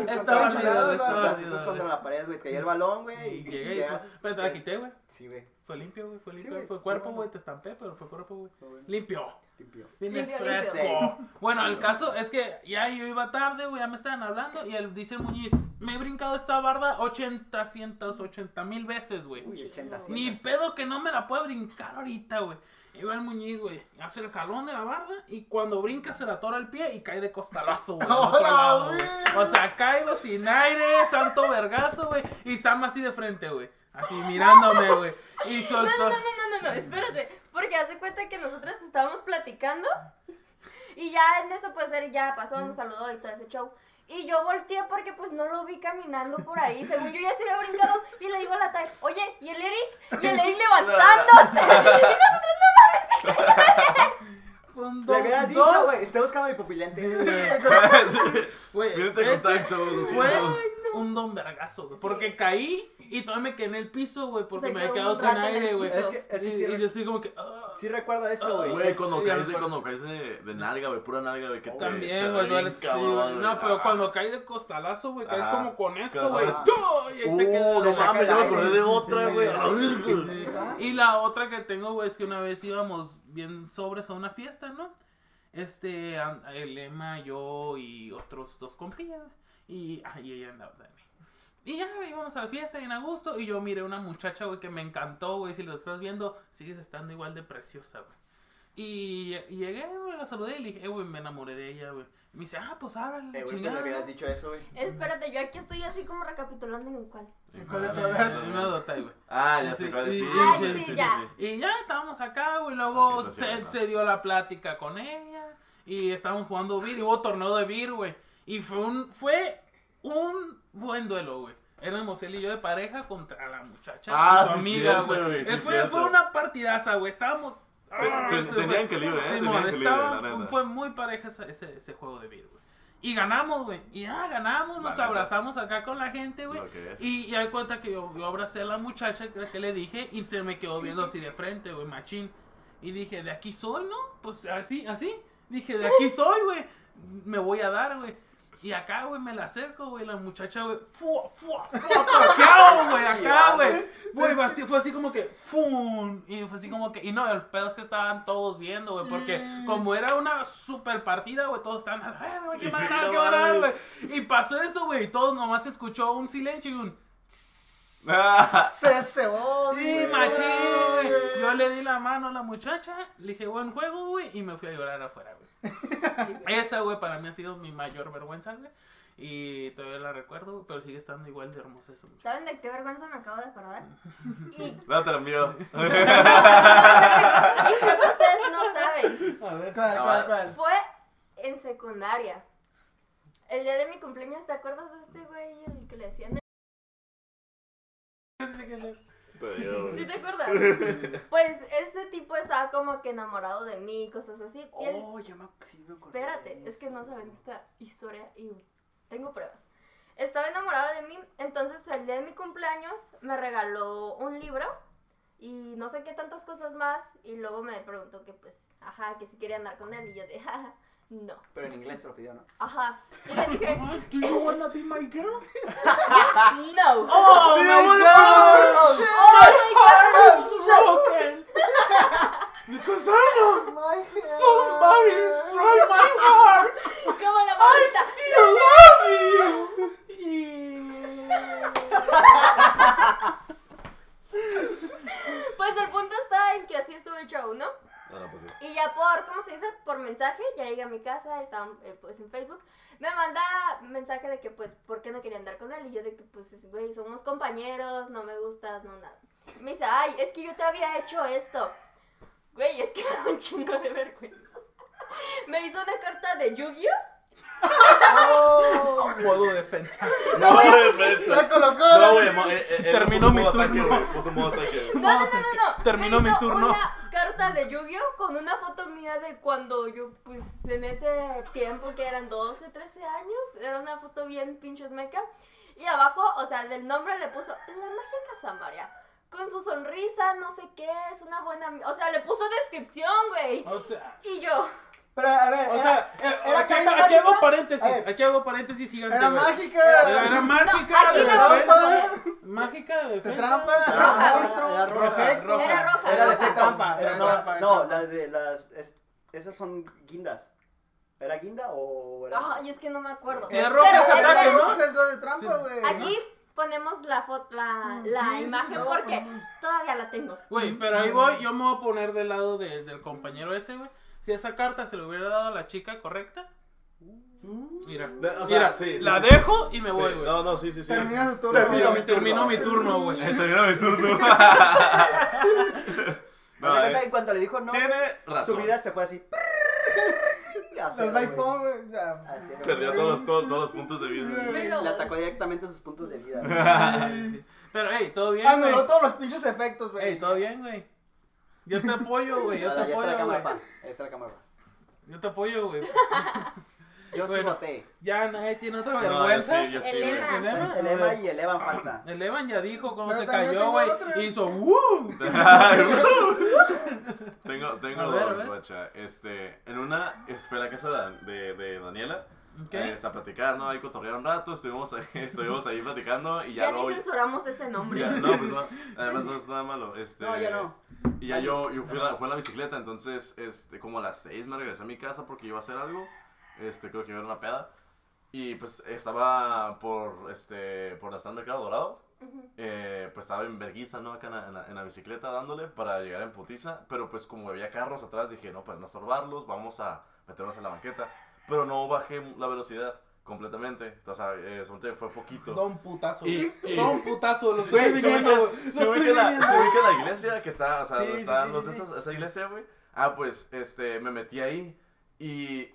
Speaker 2: estaba
Speaker 5: Estaba
Speaker 2: arriba,
Speaker 5: chulada,
Speaker 2: güey,
Speaker 5: no,
Speaker 2: estaba
Speaker 5: no,
Speaker 3: Aplastaste
Speaker 2: arriba,
Speaker 3: contra
Speaker 2: güey.
Speaker 3: la pared, güey. Caí el balón, güey.
Speaker 2: Y
Speaker 3: Y
Speaker 2: llegué y
Speaker 3: llegas-
Speaker 2: pues, pero te la quité, güey.
Speaker 3: Sí, güey.
Speaker 2: Fue limpio, güey, fue
Speaker 3: Sí,
Speaker 2: limpio.
Speaker 3: güey,
Speaker 2: Fue
Speaker 3: fue
Speaker 2: cuerpo,
Speaker 3: bueno.
Speaker 2: güey, te estampé, pero fue cuerpo, güey.
Speaker 3: Fue bueno.
Speaker 2: Limpio.
Speaker 3: Limpio.
Speaker 2: Bien
Speaker 4: Limpio,
Speaker 2: fresco.
Speaker 3: limpio.
Speaker 2: Bueno, el caso es que ya yo iba tarde, güey, ya me estaban hablando y él dice el Muñiz, me he brincado esta barda 80, 180 mil veces, güey.
Speaker 3: Uy, 80
Speaker 2: Ni pedo que no me la pueda brincar ahorita, güey. Ahí va el muñiz, güey. Hace el jalón de la barda y cuando brinca se le atora el pie y cae de costalazo, güey. al otro
Speaker 5: ¡Hola,
Speaker 2: lado, güey.
Speaker 5: güey!
Speaker 2: O sea, caigo sin aire, santo vergazo, güey. Y Sam así de frente, güey. Así mirándome, güey. Y
Speaker 4: No, no,
Speaker 2: soltó.
Speaker 4: no, no, no, no, espérate. Porque hace cuenta que nosotras estábamos platicando y ya en eso pues él ya pasó, nos saludó y todo ese show. Y yo volteé porque pues no lo vi caminando por ahí. Según yo ya se había brincado y le digo a la Tai, oye, ¿y el Eric? Y el Eric levantándose. y nosotros no mames, se cayó.
Speaker 2: Con
Speaker 3: Le
Speaker 2: dos-
Speaker 3: hubieras
Speaker 2: dos-
Speaker 3: dicho, güey, estoy buscando mi pupilente.
Speaker 2: Sí, güey. Güey,
Speaker 1: Mírate
Speaker 2: ese-
Speaker 1: contacto, lo
Speaker 2: Fue
Speaker 1: siento.
Speaker 2: un don vergazo, güey. Porque caí y todavía me quedé en el piso, güey. Porque
Speaker 4: Se
Speaker 2: me había
Speaker 4: quedó
Speaker 2: quedado
Speaker 4: un
Speaker 2: sin
Speaker 4: rato en el
Speaker 2: aire, güey.
Speaker 4: piso.
Speaker 3: Es que, es que
Speaker 2: Y,
Speaker 3: sí,
Speaker 2: y yo estoy como que. ah.
Speaker 3: sí recuerdo eso, güey. Eh,
Speaker 1: Güey, cuando
Speaker 2: Sí, ya
Speaker 1: caes, de,
Speaker 2: me acuerdo.
Speaker 1: cuando caes de, de nalga, güey, pura nalga, güey, que te- te
Speaker 2: También,
Speaker 1: duele
Speaker 2: güey, duele.
Speaker 1: bien
Speaker 2: sí,
Speaker 1: cabrón,
Speaker 2: güey.
Speaker 1: güey.
Speaker 2: No, pero
Speaker 1: Ah.
Speaker 2: cuando caes de costalazo, güey, caes
Speaker 1: Ajá.
Speaker 2: como con esto,
Speaker 1: Claro,
Speaker 2: güey.
Speaker 1: sabes.
Speaker 2: ¡Tú! Y ahí te quedas.
Speaker 1: Uh, no mames, yo me acordé de otra,
Speaker 2: Sí,
Speaker 1: güey.
Speaker 2: sí,
Speaker 1: A la verga.
Speaker 2: Sí. Y la otra que tengo, güey, es que una vez íbamos bien sobres a una fiesta, ¿no? Este, an- el Emma, yo y otros dos compillas. Y, ah, y ella andaba también. Y ya güey, íbamos a la fiesta bien a gusto. Y yo miré una muchacha, güey, que me encantó, güey. Si lo estás viendo, sigues estando igual de preciosa, güey. Y, y llegué, güey, la saludé y le dije, eh, güey, me enamoré de ella, güey. Y me dice, ah, pues háblale,
Speaker 3: Eh, güey, pues le
Speaker 2: chingada.
Speaker 3: hubieras dicho eso, güey.
Speaker 4: Espérate, yo aquí estoy así como recapitulando en cuál.
Speaker 5: ¿Cuál es tu
Speaker 2: Ah, Una dota, güey.
Speaker 1: Ah, ya sé cuál es. Sí,
Speaker 4: Ay,
Speaker 1: sí,
Speaker 4: sí,
Speaker 1: sí, sí,
Speaker 4: ya.
Speaker 1: sí.
Speaker 2: Y ya estábamos acá, güey. Luego
Speaker 1: Ok, eso sí,
Speaker 2: se,
Speaker 1: eso.
Speaker 2: se dio la plática con ella. Y estábamos jugando beer. Y hubo torneo de beer, güey. Y fue un, fue un buen duelo, güey. Éramos él y yo de pareja contra la muchacha.
Speaker 1: Ah,
Speaker 2: y su
Speaker 1: sí,
Speaker 2: amiga,
Speaker 1: cierto,
Speaker 2: güey.
Speaker 1: güey, sí,
Speaker 2: Eh, fue,
Speaker 1: cierto.
Speaker 2: fue una partidaza, güey. Estábamos.
Speaker 1: Te-
Speaker 2: Ah,
Speaker 1: te-
Speaker 2: se fue.
Speaker 1: tenían calibre, ¿eh?
Speaker 2: Simón,
Speaker 1: Tenían calibre,
Speaker 2: estaba-
Speaker 1: la neta.
Speaker 2: fue muy pareja ese, ese, ese juego de beer, güey. Y ganamos, güey. Y ya ganamos, nos
Speaker 1: La neta.
Speaker 2: abrazamos acá con la gente, güey.
Speaker 1: Lo que es.
Speaker 2: Y, y hay cuenta que yo, yo abracé a la muchacha que, que le dije y se me quedó viendo así de frente, güey, machín. Y dije, de aquí soy, ¿no? Pues así, así. Dije, de
Speaker 1: ¡Oh!
Speaker 2: aquí soy, güey. Me voy a dar, güey. Y acá, güey, me la acerco, güey. La muchacha, güey, ¡fua, fua, fua! ¡Paqueado, güey! Acá, güey. Güey, fue así, fue así como que, ¡fum! Y fue así como que, y no, el pedo es que estaban todos viendo, güey. Porque
Speaker 1: Mm.
Speaker 2: como era una super partida, güey, todos estaban, "A la verga, güey, ¿Qué
Speaker 1: Sí,
Speaker 2: van a
Speaker 1: sí,
Speaker 2: dar?
Speaker 1: no
Speaker 2: ¿Qué van a dar,
Speaker 1: mames.
Speaker 2: güey? Y pasó eso, güey. Y todos nomás se escuchó un silencio y un.
Speaker 1: Ah,
Speaker 5: Se cebó.
Speaker 2: Sí,
Speaker 5: güey.
Speaker 2: machín, güey. Yo le di la mano a la muchacha, le dije buen juego, güey, y me fui a llorar afuera, güey. Esa, güey, para mí ha sido mi mayor vergüenza, güey. Y todavía la recuerdo, güey, pero sigue estando igual de hermosa esa muchacha.
Speaker 4: ¿Saben de qué vergüenza me acabo de acordar? Y
Speaker 1: No te lo envío.
Speaker 4: y creo que ustedes no saben.
Speaker 2: A ver.
Speaker 5: ¿Cuál, cuál, cuál?
Speaker 4: Fue en secundaria. El día de mi cumpleaños, ¿te acuerdas de este güey, el que le decían? el-
Speaker 1: Te digo, güey.
Speaker 4: ¿Sí te acuerdas? Pues ese tipo estaba como que enamorado de mí y cosas así. Y él-
Speaker 3: Oh, ya me sí me acordé.
Speaker 4: espérate, es que no saben esta historia y tengo pruebas. Estaba enamorado de mí, entonces el día de mi cumpleaños me regaló un libro y no sé qué tantas cosas más y luego me preguntó que pues, ajá, que si quería andar con él y yo de, ajá, no,
Speaker 3: Pero en inglés te lo pidió, ¿no?
Speaker 4: ajá. Y le dije,
Speaker 2: Ay, ¿Do you wanna be my girl?
Speaker 4: no.
Speaker 2: ¡Oh,
Speaker 1: Sí,
Speaker 2: my God!
Speaker 1: bueno,
Speaker 2: It's
Speaker 1: pero-
Speaker 4: Oh
Speaker 2: broken! Because I know somebody destroyed my heart!
Speaker 4: my god, como la
Speaker 2: still
Speaker 4: bolita.
Speaker 2: love you!
Speaker 4: Pues el punto está en que así estuvo el show, ¿no?
Speaker 1: No, no, pues sí.
Speaker 4: Y ya por, ¿cómo se dice? Por mensaje, ya llegué a mi casa, estaba eh, pues en Facebook, me manda mensaje de que pues, ¿por qué no quería andar con él? Y yo de que pues, es- güey, somos compañeros, no me gustas, no nada. Me dice, ay, es que yo te había hecho esto. Güey, es que me da un chingo de vergüenza. Me hizo una carta de Yu-Gi-Oh!
Speaker 2: Modo defensa.
Speaker 1: No, güey, mensa.
Speaker 5: ¡Oh, Se colocó.
Speaker 1: No,
Speaker 5: la-
Speaker 1: güey, mo- eh, eh,
Speaker 2: Terminó
Speaker 1: puso
Speaker 2: mi
Speaker 1: modo ataque,
Speaker 2: turno.
Speaker 1: güey, Puso modo ataque. güey.
Speaker 4: No, no, no, no, no.
Speaker 2: Terminó
Speaker 4: me
Speaker 2: mi
Speaker 4: hizo
Speaker 2: turno.
Speaker 4: Una carta de Yu-Gi-Oh! con una foto mía de cuando yo, pues en ese tiempo que eran 12, 13 años, era una foto bien pinches meca. Y abajo, o sea, del nombre le puso la mágica Samaria. Con su sonrisa, no sé qué, es una buena. ami-". O sea, le puso descripción, güey.
Speaker 2: O sea,
Speaker 4: Y yo,
Speaker 5: Pero a ver.
Speaker 2: o
Speaker 5: era-
Speaker 2: sea, eh,
Speaker 5: era
Speaker 2: aquí,
Speaker 5: carta
Speaker 2: aquí hago
Speaker 5: mágica.
Speaker 2: paréntesis,
Speaker 5: A ver.
Speaker 2: aquí hago paréntesis gigante.
Speaker 5: Era
Speaker 2: güey.
Speaker 5: mágica.
Speaker 2: Era, era mágica
Speaker 4: No, aquí
Speaker 2: de
Speaker 4: la vamos a
Speaker 2: defensa.
Speaker 4: poner.
Speaker 2: Mágica de
Speaker 5: De
Speaker 2: defensa.
Speaker 5: trampa.
Speaker 4: Roja,
Speaker 5: ah,
Speaker 4: güey.
Speaker 5: maestro,
Speaker 3: Era roja.
Speaker 5: Perfecto.
Speaker 4: Era roja,
Speaker 5: Era de
Speaker 4: roja.
Speaker 5: ser trampa. Era
Speaker 3: Pero no,
Speaker 5: trampa.
Speaker 3: no, las de las. es- esas son guindas. ¿Era guinda o era.?
Speaker 4: ay, es que no me acuerdo.
Speaker 2: Sí, es rojo,
Speaker 4: Pero
Speaker 2: es ataque,
Speaker 5: Pero
Speaker 4: espérense,
Speaker 5: no, es lo de trampa,
Speaker 2: Sí.
Speaker 5: güey.
Speaker 4: Aquí ponemos la foto, la, la
Speaker 5: Sí, sí,
Speaker 4: imagen
Speaker 5: no,
Speaker 4: porque
Speaker 5: ponemos.
Speaker 4: todavía la tengo.
Speaker 2: Güey, pero ahí
Speaker 5: Mm.
Speaker 2: voy, yo me voy a poner del lado de- del compañero ese, güey. Si esa carta se le hubiera dado a la chica correcta,
Speaker 5: Mm.
Speaker 2: mira.
Speaker 1: De- o sea,
Speaker 2: mira,
Speaker 1: sí, sí,
Speaker 2: la
Speaker 1: sí.
Speaker 2: dejo y me
Speaker 1: Sí,
Speaker 2: voy, güey.
Speaker 1: No, no, sí, sí, sí.
Speaker 5: Termina tu turno.
Speaker 2: Termino,
Speaker 1: Termino
Speaker 2: mi, termino mi turno, güey.
Speaker 1: Eh, termina mi turno. No,
Speaker 3: Haz de cuenta,
Speaker 1: eh,
Speaker 3: en cuanto le dijo no,
Speaker 1: tiene razón.
Speaker 3: su vida se fue así. Ya sé,
Speaker 5: Los
Speaker 3: güey.
Speaker 5: iPhone, güey, ya.
Speaker 3: Así era,
Speaker 1: Perdió
Speaker 5: güey.
Speaker 1: todos los, todos, todos los puntos de vista.
Speaker 5: Sí.
Speaker 4: Pero,
Speaker 3: Le atacó directamente a sus puntos de vida. Ah, güey.
Speaker 5: Ay.
Speaker 2: Pero, hey, todo bien, güey.
Speaker 5: Anuló Ah, todos los pinches efectos, güey.
Speaker 2: Ey, todo bien, güey. Yo te apoyo, güey. Yo
Speaker 3: Nada,
Speaker 2: te
Speaker 3: ya está la
Speaker 2: apoyo,
Speaker 3: cámara,
Speaker 2: güey.
Speaker 3: pa. Ya está la cámara. pa.
Speaker 2: Yo te apoyo, güey.
Speaker 3: Yo sí
Speaker 2: Bueno.
Speaker 3: voté.
Speaker 2: Ya nadie tiene otra
Speaker 1: No, yo
Speaker 2: vergüenza.
Speaker 1: sí, yo sí,
Speaker 4: Elena.
Speaker 2: El
Speaker 1: güey.
Speaker 2: Evan,
Speaker 3: Ah, El Emma y el Evan falta.
Speaker 2: el Evan ya dijo cómo
Speaker 5: Pero
Speaker 2: se
Speaker 5: también
Speaker 2: cayó,
Speaker 5: tengo
Speaker 2: güey.
Speaker 5: otra.
Speaker 2: Hizo ¡Woo!
Speaker 1: Ay, tengo tengo
Speaker 2: A ver, a
Speaker 1: dos,
Speaker 2: ver.
Speaker 1: guacha. Este, en una fue la casa de, Dan- de, de Daniela.
Speaker 2: Ok.
Speaker 1: Eh, está platicando, ahí cotorrear un rato, estuvimos ahí, estuvimos ahí platicando y ya,
Speaker 4: ya ni
Speaker 1: luego-
Speaker 4: censuramos ese nombre.
Speaker 1: ya- no, pues no, además no es nada malo. Este,
Speaker 3: No, ya no.
Speaker 1: Y ya yo, yo fui, a la, fui a la bicicleta, entonces este, como a las 6 me regresé a mi casa porque iba a hacer algo. Este, creo que iba a ir a una peda. Y pues estaba por, este, por la Standard Mercado Dorado.
Speaker 4: Ujú.
Speaker 1: eh, pues estaba en verguiza, ¿no? Acá en la, en la- en la bicicleta dándole para llegar en putiza. Pero pues como había carros atrás, dije, no, pues no sorbarlos, vamos a meternos en la banqueta. Pero no bajé la velocidad completamente. O sea, eh, solté, fue poquito.
Speaker 2: Don putazo.
Speaker 1: Y-
Speaker 2: güey.
Speaker 1: y-
Speaker 2: Don putazo. Lo
Speaker 1: Sí,
Speaker 2: estoy
Speaker 1: se
Speaker 2: viviendo,
Speaker 1: ubica,
Speaker 2: güey. Lo
Speaker 1: se
Speaker 2: estoy
Speaker 1: ubica la,
Speaker 2: viviendo.
Speaker 1: se ubica la iglesia que está, o sea,
Speaker 5: Sí,
Speaker 1: donde
Speaker 5: sí,
Speaker 1: están
Speaker 5: sí,
Speaker 1: los
Speaker 5: sí,
Speaker 1: esas- esa iglesia, güey. Ah, pues, este, me metí ahí y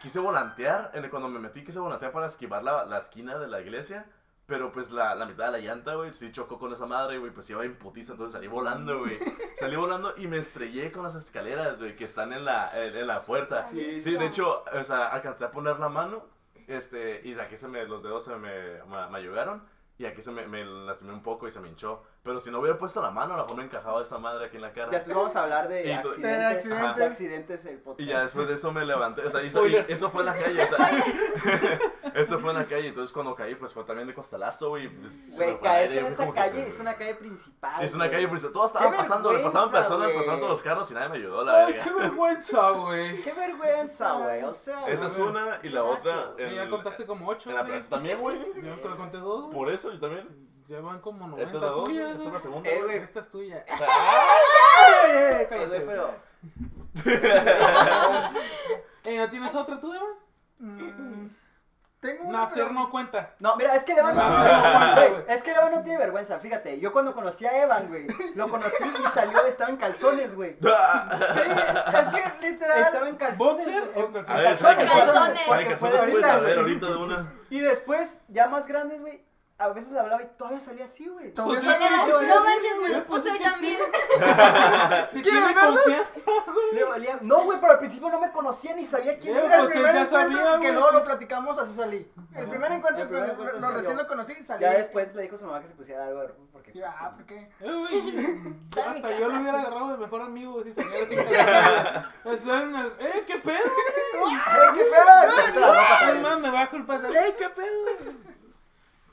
Speaker 1: quise volantear, en el- cuando me metí quise volantear para esquivar la, la esquina de la iglesia, pero pues la, la mitad de la llanta, güey, sí chocó con esa madre, güey, pues iba en putiza, entonces salí volando, güey. Salí volando y me estrellé con las escaleras, güey, que están en la, en, en la puerta.
Speaker 3: Sí,
Speaker 1: Sí, de hecho, o sea, alcancé a poner la mano, este, y aquí se me, los dedos se me, me, me ayudaron, y aquí se me, me lastimé un poco y se me hinchó. Pero si no hubiera puesto la mano, a lo mejor me encajaba esa madre aquí en la cara.
Speaker 3: Después vamos a hablar de
Speaker 1: Ah. Y tú-
Speaker 3: accidentes.
Speaker 5: De accidentes.
Speaker 3: de accidentes el podcast.
Speaker 1: Y ya después de eso me levanté, o sea, y eso, y
Speaker 2: Spoiler.
Speaker 1: eso fue en la calle, o sea, eso fue en la calle, entonces cuando caí, pues fue también de costalazo, güey. pues, se
Speaker 3: Güey,
Speaker 1: me fue el
Speaker 3: caerse
Speaker 1: aire,
Speaker 3: en
Speaker 1: fue
Speaker 3: esa
Speaker 1: como que-
Speaker 3: calle es una calle principal.
Speaker 1: Es una
Speaker 3: güey.
Speaker 1: calle, pues todos estaban
Speaker 3: Qué
Speaker 1: pasando, le pasaban
Speaker 3: vergüenza,
Speaker 1: personas,
Speaker 3: güey.
Speaker 1: pasaban todos los carros y nadie me ayudó, la
Speaker 2: Ay,
Speaker 1: verga.
Speaker 2: qué vergüenza, güey.
Speaker 3: Qué vergüenza, güey. O sea.
Speaker 1: Esa es
Speaker 3: güey.
Speaker 1: una, y la otra... en
Speaker 2: Ya
Speaker 1: el-
Speaker 2: contaste como ocho,
Speaker 1: en la
Speaker 2: güey.
Speaker 1: plaza también, güey.
Speaker 2: Yo te lo conté dos, güey.
Speaker 1: Por eso, yo también.
Speaker 2: Ya van como 90
Speaker 1: Esta es la dos,
Speaker 2: tuyas,
Speaker 1: esta es la
Speaker 2: güey.
Speaker 1: segunda.
Speaker 3: Eh, güey.
Speaker 2: Esta es tuya.
Speaker 1: O sea, ¡ah!
Speaker 2: Ay,
Speaker 3: Eh, güey,
Speaker 2: cállate.
Speaker 3: pero.
Speaker 2: Ey, Eh, ¿no tienes otra tú, Evan?
Speaker 5: Mm, Tengo una.
Speaker 2: Nacer
Speaker 5: pero-
Speaker 2: no cuenta.
Speaker 3: No, mira, es que Levan no,
Speaker 2: No,
Speaker 3: tiene-
Speaker 1: Ah.
Speaker 2: no, no, no,
Speaker 3: güey,
Speaker 2: güey.
Speaker 3: es que Levan no tiene vergüenza, fíjate, yo cuando conocí a Evan, güey, lo conocí y salió, estaba en calzones, güey.
Speaker 1: ah,
Speaker 5: Sí, es que literal.
Speaker 3: Estaba en calzones.
Speaker 2: ¿Boxer
Speaker 3: güey,
Speaker 2: o
Speaker 3: en-
Speaker 1: A
Speaker 2: calzones?
Speaker 3: en
Speaker 1: ver, saca
Speaker 3: calzones,
Speaker 4: calzones.
Speaker 3: porque
Speaker 1: Saca
Speaker 3: fue
Speaker 1: calzones,
Speaker 3: de
Speaker 1: pues,
Speaker 3: ahorita,
Speaker 1: a ver,
Speaker 3: güey.
Speaker 1: ahorita de una.
Speaker 3: Y después, ya más grandes, güey, a veces hablaba y todavía salía así, güey.
Speaker 5: Todavía
Speaker 2: Pues
Speaker 4: Y
Speaker 2: es
Speaker 4: le va-
Speaker 2: que yo-
Speaker 4: no manches, me los
Speaker 2: Pues
Speaker 4: puse
Speaker 2: es
Speaker 4: hoy
Speaker 2: que
Speaker 4: también.
Speaker 2: ¿Te
Speaker 5: ¿Quieres
Speaker 2: tiene
Speaker 5: verlo?
Speaker 2: confianza, güey?
Speaker 3: Le valía- No, güey, pero al principio no me conocía ni sabía quién
Speaker 2: Yeah,
Speaker 3: era.
Speaker 5: el
Speaker 2: pues,
Speaker 5: primer
Speaker 2: ya
Speaker 5: encuentro
Speaker 2: sabía,
Speaker 5: que
Speaker 2: güey.
Speaker 5: luego lo platicamos, así salí. El primer encuentro,
Speaker 3: El primer
Speaker 5: que
Speaker 3: encuentro
Speaker 5: lo
Speaker 3: salió.
Speaker 5: recién lo conocí, salí.
Speaker 3: Ya después le dijo a su mamá que se pusiera algo de ropa, porque.
Speaker 5: Y, ah,
Speaker 3: pues,
Speaker 5: ¿por qué?
Speaker 2: Eh, güey, yo-
Speaker 4: Está en mi
Speaker 2: Hasta yo lo
Speaker 4: casa.
Speaker 2: hubiera agarrado de mejor amigo si saliera sin calzones. Pues, ¿sabes? Me- ¡Eh, qué pedo! güey?
Speaker 3: ¡Ay, qué feo! Te la ropa
Speaker 2: Ay,
Speaker 3: también.
Speaker 2: más me bajo el pantalón. ¡Eh, qué pedo!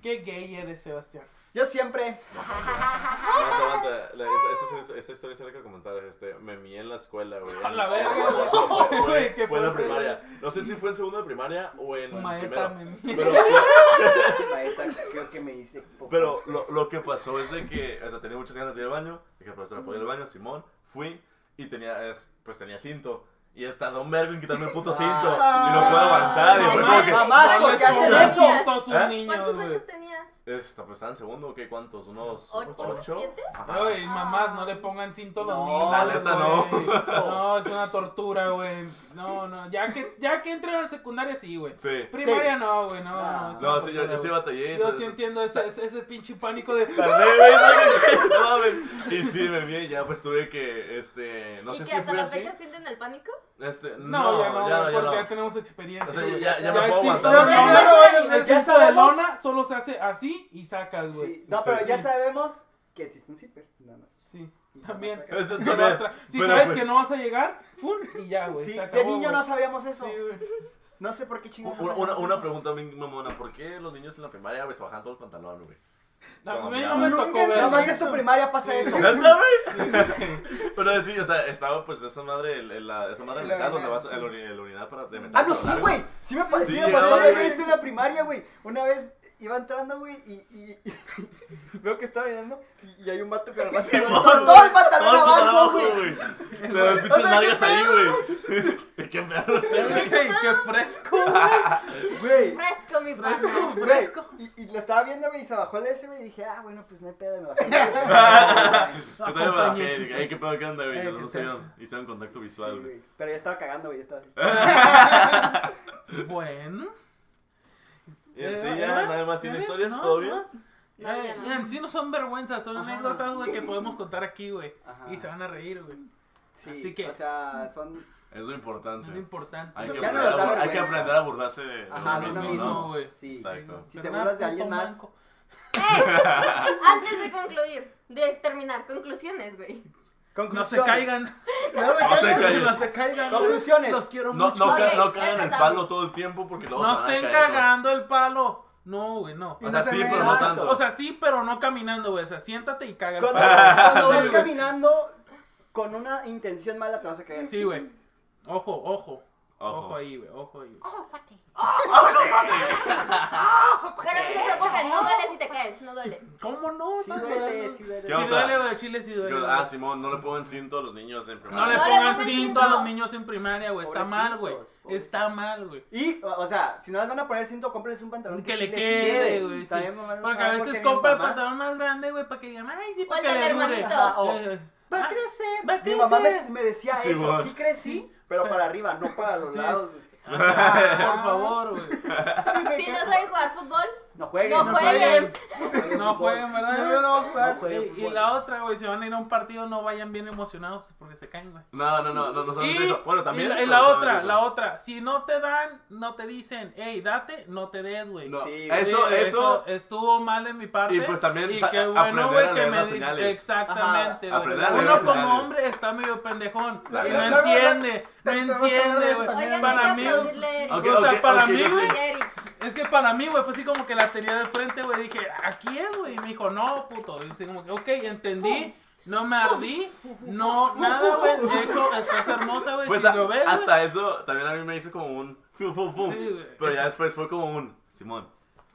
Speaker 2: ¡Qué gay eres, Sebastián!
Speaker 3: Yo siempre.
Speaker 1: Aguanta, aguanta. La- esta- Esta, esta historia se la que comentar. Este, me mié en la escuela, güey.
Speaker 2: A la verga, güey.
Speaker 1: Fue- fue-
Speaker 2: Güey, qué
Speaker 1: Fue en la
Speaker 2: fuerte.
Speaker 1: primaria. No sé si fue en segundo de primaria o en
Speaker 2: Maeta,
Speaker 1: primero.
Speaker 2: me mierda.
Speaker 1: Pero,
Speaker 3: Maeta, creo que me dice.
Speaker 1: pero lo, lo que pasó es de que, o sea, tenía muchas ganas de ir al baño. Dije, profesor, ¿puedo ir al baño? Simón, fui y tenía, es- pues tenía cinto. Y él tardó un vergo en quitarme el puto
Speaker 3: Ah,
Speaker 1: cinto.
Speaker 5: sí.
Speaker 1: Y no puedo aguantar. Y fue como que,
Speaker 3: Mamás, ¿por qué hacen eso?
Speaker 2: Tontos
Speaker 1: ¿Eh?
Speaker 2: un niño,
Speaker 4: ¿Cuántos
Speaker 2: güey.
Speaker 4: años tenías?
Speaker 1: Esta, pues está en segundo, ¿qué? ¿Cuántos? ¿Unos
Speaker 4: ¿Ocho?
Speaker 1: ocho?
Speaker 4: ¿Siete?
Speaker 1: Ajá.
Speaker 2: Ay, mamás, no le pongan cinto a los
Speaker 3: No,
Speaker 1: la
Speaker 2: niños.
Speaker 1: neta,
Speaker 2: güey.
Speaker 3: no.
Speaker 2: No, es una tortura, güey. No, no. Ya que, ya que entren a la secundaria, sí, güey.
Speaker 1: Sí.
Speaker 2: Primaria no, güey, no,
Speaker 3: Ah.
Speaker 2: no. es una
Speaker 1: No, sí, yo,
Speaker 2: tortura,
Speaker 1: yo sí pues,
Speaker 2: güey.
Speaker 1: batallé.
Speaker 2: Yo sí
Speaker 1: entonces-
Speaker 2: entiendo ese, ese, ese pinche pánico de.
Speaker 1: Tardé, güey, no, no mames. Y sí, me vi, ya pues tuve que, este, no
Speaker 4: ¿Y
Speaker 1: sé
Speaker 4: que
Speaker 1: si
Speaker 4: hasta
Speaker 1: fue
Speaker 4: la
Speaker 1: así.
Speaker 4: fecha sienten el pánico?
Speaker 1: Este,
Speaker 2: No, ya no,
Speaker 1: ya,
Speaker 2: güey, porque ya
Speaker 1: ya
Speaker 2: tenemos experiencia.
Speaker 1: O sea,
Speaker 2: güey.
Speaker 1: ya- ya me
Speaker 2: el
Speaker 1: puedo
Speaker 2: cinto
Speaker 1: aguantar.
Speaker 2: de
Speaker 1: Ya,
Speaker 2: lona-
Speaker 3: ya, ya,
Speaker 2: El
Speaker 3: ya
Speaker 2: cinto de
Speaker 3: sabemos.
Speaker 2: lona solo se hace así y sacas, güey.
Speaker 3: Sí. No, pero
Speaker 1: Sí,
Speaker 3: ya
Speaker 2: sí.
Speaker 3: sabemos que existe un zipper. Nada más.
Speaker 2: Sí, también.
Speaker 1: no. Entonces,
Speaker 2: Se va
Speaker 1: mira,
Speaker 2: atrás. Si
Speaker 1: bueno,
Speaker 2: sabes
Speaker 1: pues,
Speaker 2: que no vas a llegar, ¡pum! Y ya, güey.
Speaker 3: Sí,
Speaker 2: Pues, se
Speaker 3: de
Speaker 2: acabó,
Speaker 3: niño
Speaker 2: güey.
Speaker 3: no sabíamos eso.
Speaker 2: Sí, güey.
Speaker 3: No sé por qué chingados.
Speaker 1: Una,
Speaker 3: sabíamos
Speaker 1: una, una
Speaker 3: eso.
Speaker 1: pregunta bien mamona, ¿por qué los niños en la primaria, güey, se bajan todo el pantalón, güey? Cuando
Speaker 2: A mí
Speaker 1: me
Speaker 2: no me
Speaker 1: llaman.
Speaker 2: tocó
Speaker 5: Nunca
Speaker 2: ver.
Speaker 3: Nada más en
Speaker 5: eso.
Speaker 3: tu primaria pasa
Speaker 5: Sí.
Speaker 3: eso.
Speaker 1: ¿Neta, güey? Pero sí, o sea, estaba pues esa madre, el- el- la- esa madre de
Speaker 5: El
Speaker 1: metal donde
Speaker 5: orinal,
Speaker 1: vas a
Speaker 5: sí.
Speaker 1: el, ori- el orinal para de metal.
Speaker 3: Ah, no, sí,
Speaker 1: largo.
Speaker 3: güey. Sí me, pa-
Speaker 1: Sí,
Speaker 3: sí me
Speaker 1: sí,
Speaker 3: pasó
Speaker 1: sí,
Speaker 3: de
Speaker 1: güey.
Speaker 3: vez en la primaria, güey. Una vez iba entrando, güey, y, y- y- veo que estaba mirando y, y hay un vato que lo
Speaker 1: Sí,
Speaker 3: todo,
Speaker 1: mon,
Speaker 3: todo el pantalón
Speaker 1: Todo el pantalón
Speaker 3: abajo, güey.
Speaker 1: güey. Se ven pinches
Speaker 3: O sea, ¿qué
Speaker 1: nalgas ahí, güey. Qué pedo este,
Speaker 2: Güey,
Speaker 1: güey.
Speaker 2: qué fresco.
Speaker 3: Güey.
Speaker 4: Fresco, mi pana.
Speaker 2: Fresco.
Speaker 3: Güey,
Speaker 2: Fresco.
Speaker 3: Y, y lo estaba viendo, güey, y se bajó el S, güey, y dije, ah, bueno, pues no hay pedo, me bajé.
Speaker 1: Yo también me bajé y
Speaker 2: Acompañé.
Speaker 1: dije, ay, qué pedo que anda, güey.
Speaker 2: Ey,
Speaker 1: Ya
Speaker 2: qué
Speaker 1: no se vieron. Hicieron contacto
Speaker 3: Sí,
Speaker 1: visual, güey.
Speaker 3: güey. Pero yo estaba cagando, güey, yo estaba así.
Speaker 2: Bueno.
Speaker 1: Y en sí
Speaker 2: Eh,
Speaker 1: ya,
Speaker 2: ¿eh?
Speaker 1: nada más tiene
Speaker 2: ¿Ya ves?
Speaker 1: historias,
Speaker 2: No, no.
Speaker 1: todo bien.
Speaker 4: No,
Speaker 2: Eh,
Speaker 4: ya no.
Speaker 2: y en sí no son vergüenzas, son
Speaker 3: Ajá. Ah.
Speaker 2: anécdotas, güey, que podemos contar aquí, güey.
Speaker 3: Ajá.
Speaker 2: Y se van a reír, güey.
Speaker 3: Sí,
Speaker 2: Así que-
Speaker 3: o sea, son...
Speaker 1: Es lo
Speaker 2: Es
Speaker 1: importante.
Speaker 2: lo importante.
Speaker 1: Hay que,
Speaker 3: Ya no
Speaker 1: aprender,
Speaker 3: les da
Speaker 1: a, hay que
Speaker 3: vergüenza.
Speaker 1: aprender a burlarse de, de
Speaker 3: Ajá,
Speaker 1: uno
Speaker 3: lo
Speaker 1: mismo,
Speaker 3: mismo,
Speaker 1: ¿no?
Speaker 2: güey.
Speaker 3: Sí.
Speaker 1: Ah, Exacto.
Speaker 3: Si te
Speaker 2: Bernardo,
Speaker 3: burlas de alguien
Speaker 2: puto
Speaker 3: más-
Speaker 2: manco.
Speaker 4: ¡Eh! Antes de concluir, de terminar, conclusiones, güey.
Speaker 2: No se caigan.
Speaker 3: No se
Speaker 1: No se
Speaker 3: caigan.
Speaker 1: caigan.
Speaker 2: No se caigan.
Speaker 3: Conclusiones.
Speaker 2: Los quiero
Speaker 1: No,
Speaker 2: mucho.
Speaker 1: no, ca-
Speaker 4: Ok,
Speaker 1: no cagan el
Speaker 4: empezamos.
Speaker 1: palo todo el tiempo porque luego
Speaker 2: No
Speaker 1: se van a
Speaker 2: estén
Speaker 1: caer, güey.
Speaker 2: cagando el palo. No, güey, no.
Speaker 1: O sea,
Speaker 5: Y no
Speaker 1: sí,
Speaker 5: se
Speaker 1: pero no
Speaker 5: metan.
Speaker 1: tanto.
Speaker 2: O sea, sí, pero no caminando, güey. O sea, siéntate y caga el
Speaker 3: Cuando,
Speaker 2: palo.
Speaker 3: cuando vas
Speaker 2: Sí, güey.
Speaker 3: caminando con una intención mala te vas a caer.
Speaker 2: Sí, güey. Ojo, ojo.
Speaker 1: Ojo.
Speaker 2: Ojo, ahí, güey. Ojo ahí. güey.
Speaker 4: Pero no se preocupen, no duele si te caes, no duele.
Speaker 2: ¿Cómo no?
Speaker 3: Sí
Speaker 2: Estás
Speaker 3: duele,
Speaker 2: jugando.
Speaker 3: sí
Speaker 2: Sí
Speaker 3: duele.
Speaker 1: ¿Qué onda?
Speaker 2: duele, güey. Chile sí duele.
Speaker 1: Yo-
Speaker 2: güey.
Speaker 1: ah, Simón, no le pongan cinto a los niños en
Speaker 2: No
Speaker 1: primaria.
Speaker 2: le
Speaker 4: No le
Speaker 2: pongan
Speaker 4: pongan
Speaker 2: cinto
Speaker 4: cinto.
Speaker 2: a los niños en primaria, güey. Está mal, güey.
Speaker 3: Pobrecitos, pobrecitos.
Speaker 2: Está mal, güey.
Speaker 3: Y, o o sea, si no les van a poner cinto, cómprenles un pantalón
Speaker 2: Que,
Speaker 3: que,
Speaker 2: le
Speaker 3: sí les
Speaker 2: quede, güey. sí.
Speaker 3: También mamás no
Speaker 2: Porque a
Speaker 3: saben por
Speaker 2: veces
Speaker 3: qué mi
Speaker 2: compra el
Speaker 3: mamá-
Speaker 2: pantalón más grande, güey, para que digan, ay, sí, para
Speaker 4: O
Speaker 2: que
Speaker 4: el del
Speaker 2: le dure.
Speaker 4: hermanito.
Speaker 3: Ajá, o-
Speaker 2: Eh,
Speaker 3: Va a
Speaker 2: ah,
Speaker 3: crecer.
Speaker 2: va a
Speaker 3: Mi mamá me,
Speaker 2: crecer.
Speaker 3: me decía
Speaker 1: Sí,
Speaker 3: eso.
Speaker 1: bueno.
Speaker 3: Sí crecí, pero para arriba, no para los
Speaker 2: Sí.
Speaker 3: lados.
Speaker 2: o sea, por favor, güey.
Speaker 4: Si no saben jugar fútbol,
Speaker 3: No jueguen.
Speaker 4: No jueguen.
Speaker 2: No jueguen, ¿verdad?
Speaker 5: No, yo no voy a jugar.
Speaker 3: No jueguen
Speaker 2: Y, y
Speaker 3: fútbol.
Speaker 2: la otra, güey, si van a ir a un partido, no vayan bien emocionados porque se caen, güey.
Speaker 1: No, no, no, no, no solamente
Speaker 2: Y,
Speaker 1: eso. Bueno, también.
Speaker 2: y la, y
Speaker 1: pero
Speaker 2: la
Speaker 1: no solamente
Speaker 2: otra,
Speaker 1: eso.
Speaker 2: la otra. Si no te dan, no te dicen, hey, date, no te des, güey.
Speaker 1: No,
Speaker 3: Sí, güey.
Speaker 1: eso,
Speaker 2: Sí,
Speaker 1: eso,
Speaker 2: estuvo mal de mi parte.
Speaker 1: Y, pues, también
Speaker 2: Y
Speaker 1: sa-
Speaker 2: qué
Speaker 1: aprender
Speaker 2: bueno, güey,
Speaker 1: a
Speaker 2: que
Speaker 1: leer
Speaker 2: me
Speaker 1: las
Speaker 2: di-
Speaker 1: señales.
Speaker 2: Exactamente, güey.
Speaker 1: Ajá. Aprender a leer las
Speaker 2: Uno como
Speaker 1: señales.
Speaker 2: hombre está medio pendejón.
Speaker 1: La
Speaker 2: y
Speaker 1: verdad.
Speaker 2: no entiende. No
Speaker 5: Te- te vas a hablar de
Speaker 2: entiende,
Speaker 5: eso
Speaker 2: güey.
Speaker 5: también.
Speaker 4: oigan,
Speaker 2: Para
Speaker 4: hay
Speaker 2: mí.
Speaker 4: que aplaudirle a Eric.
Speaker 1: Ok,
Speaker 2: o sea,
Speaker 1: ok,
Speaker 2: para
Speaker 1: ok,
Speaker 2: mí,
Speaker 1: yo sé.
Speaker 2: güey.
Speaker 4: Ay, Eric.
Speaker 2: Es que para mí, güey, fue así como que la tenía de frente, güey. Dije, aquí es, güey. Y me dijo, no, puto. Y así como que, ok, entendí. No me ardí. No, nada, güey. De hecho, estás hermosa, güey.
Speaker 1: Pues
Speaker 2: si
Speaker 1: a-
Speaker 2: lo ves, güey.
Speaker 1: hasta eso también a mí me hizo como un. Fum, fum, fum.
Speaker 2: Sí, güey.
Speaker 1: Pero ya
Speaker 2: Eso.
Speaker 1: después fue como un. Simón.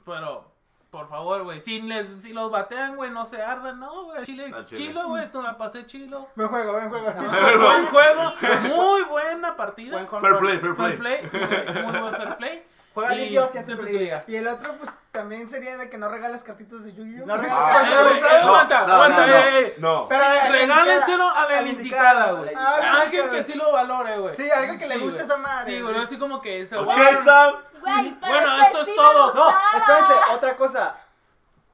Speaker 2: Pero, por favor, güey, si, les- si los batean, güey, no se ardan, no, güey. Chile,
Speaker 1: Al chile.
Speaker 2: chilo, güey, esto la pasé chilo.
Speaker 5: Buen juego, buen juego.
Speaker 2: Buen
Speaker 1: Buen
Speaker 2: juego, muy buena partida.
Speaker 3: Buen
Speaker 2: Buen
Speaker 3: home
Speaker 1: Fair
Speaker 3: run.
Speaker 1: play, fair play.
Speaker 2: fair play, güey, muy buen fair play.
Speaker 3: Juega
Speaker 2: Y
Speaker 3: limpio, siempre
Speaker 2: siempre
Speaker 3: tu
Speaker 2: tu
Speaker 3: liga.
Speaker 2: liga.
Speaker 5: Y el otro, pues, también sería de que no regales cartitas de Yu-Gi-Oh.
Speaker 3: No
Speaker 5: Porque-
Speaker 3: regales.
Speaker 2: Eh,
Speaker 5: Pues,
Speaker 2: güey,
Speaker 5: ¿sabes?
Speaker 2: eh, aguanta,
Speaker 1: Ah, no,
Speaker 2: aguanta,
Speaker 1: no,
Speaker 2: eh, eh.
Speaker 1: No.
Speaker 5: Pero a la
Speaker 2: Regálenselo
Speaker 5: indicada,
Speaker 2: a la indicada, güey. Ah,
Speaker 3: a la
Speaker 2: Alguien que sí lo valore, güey.
Speaker 5: Sí, alguien que le guste
Speaker 2: güey.
Speaker 5: esa madre,
Speaker 2: Sí, güey,
Speaker 5: güey.
Speaker 2: así como que se lo
Speaker 1: Ok,
Speaker 2: voy a-
Speaker 1: Sam.
Speaker 4: Güey, pero
Speaker 2: Bueno,
Speaker 4: que
Speaker 2: esto es
Speaker 4: sí
Speaker 2: todo.
Speaker 4: me
Speaker 3: No,
Speaker 4: gustaba.
Speaker 3: espérense, otra cosa.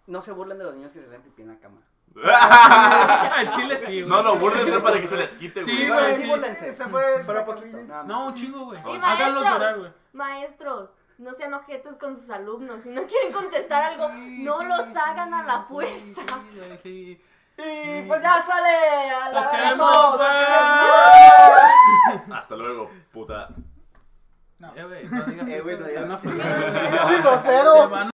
Speaker 3: No se burlen de los niños que se hacen pipí en la cama.
Speaker 2: Al chile sí, güey.
Speaker 1: No, no, búrdense para que se les quite,
Speaker 2: Sí,
Speaker 1: güey.
Speaker 2: güey.
Speaker 3: sí,
Speaker 2: sí.
Speaker 3: búrlense.
Speaker 5: Se fue el-
Speaker 3: Pero poquito, nada más.
Speaker 2: No, un chingo, güey.
Speaker 1: Y
Speaker 2: Háganlo
Speaker 4: maestros.
Speaker 2: llorar, güey.
Speaker 4: Maestros, no sean ojetes con sus alumnos. Si no quieren contestar algo, no los hagan a la fuerza.
Speaker 2: Sí, güey, sí.
Speaker 3: Y pues ya sale a
Speaker 2: Los
Speaker 3: la verga
Speaker 2: queremos,
Speaker 3: todos.
Speaker 2: bye.
Speaker 1: Hasta luego, puta.
Speaker 2: Eh, güey, no digas
Speaker 3: Eh,
Speaker 2: eso,
Speaker 3: bueno,
Speaker 2: güey,
Speaker 3: ya.
Speaker 2: no,
Speaker 3: Sí.
Speaker 2: pues,
Speaker 3: Pinche grosero.
Speaker 2: te van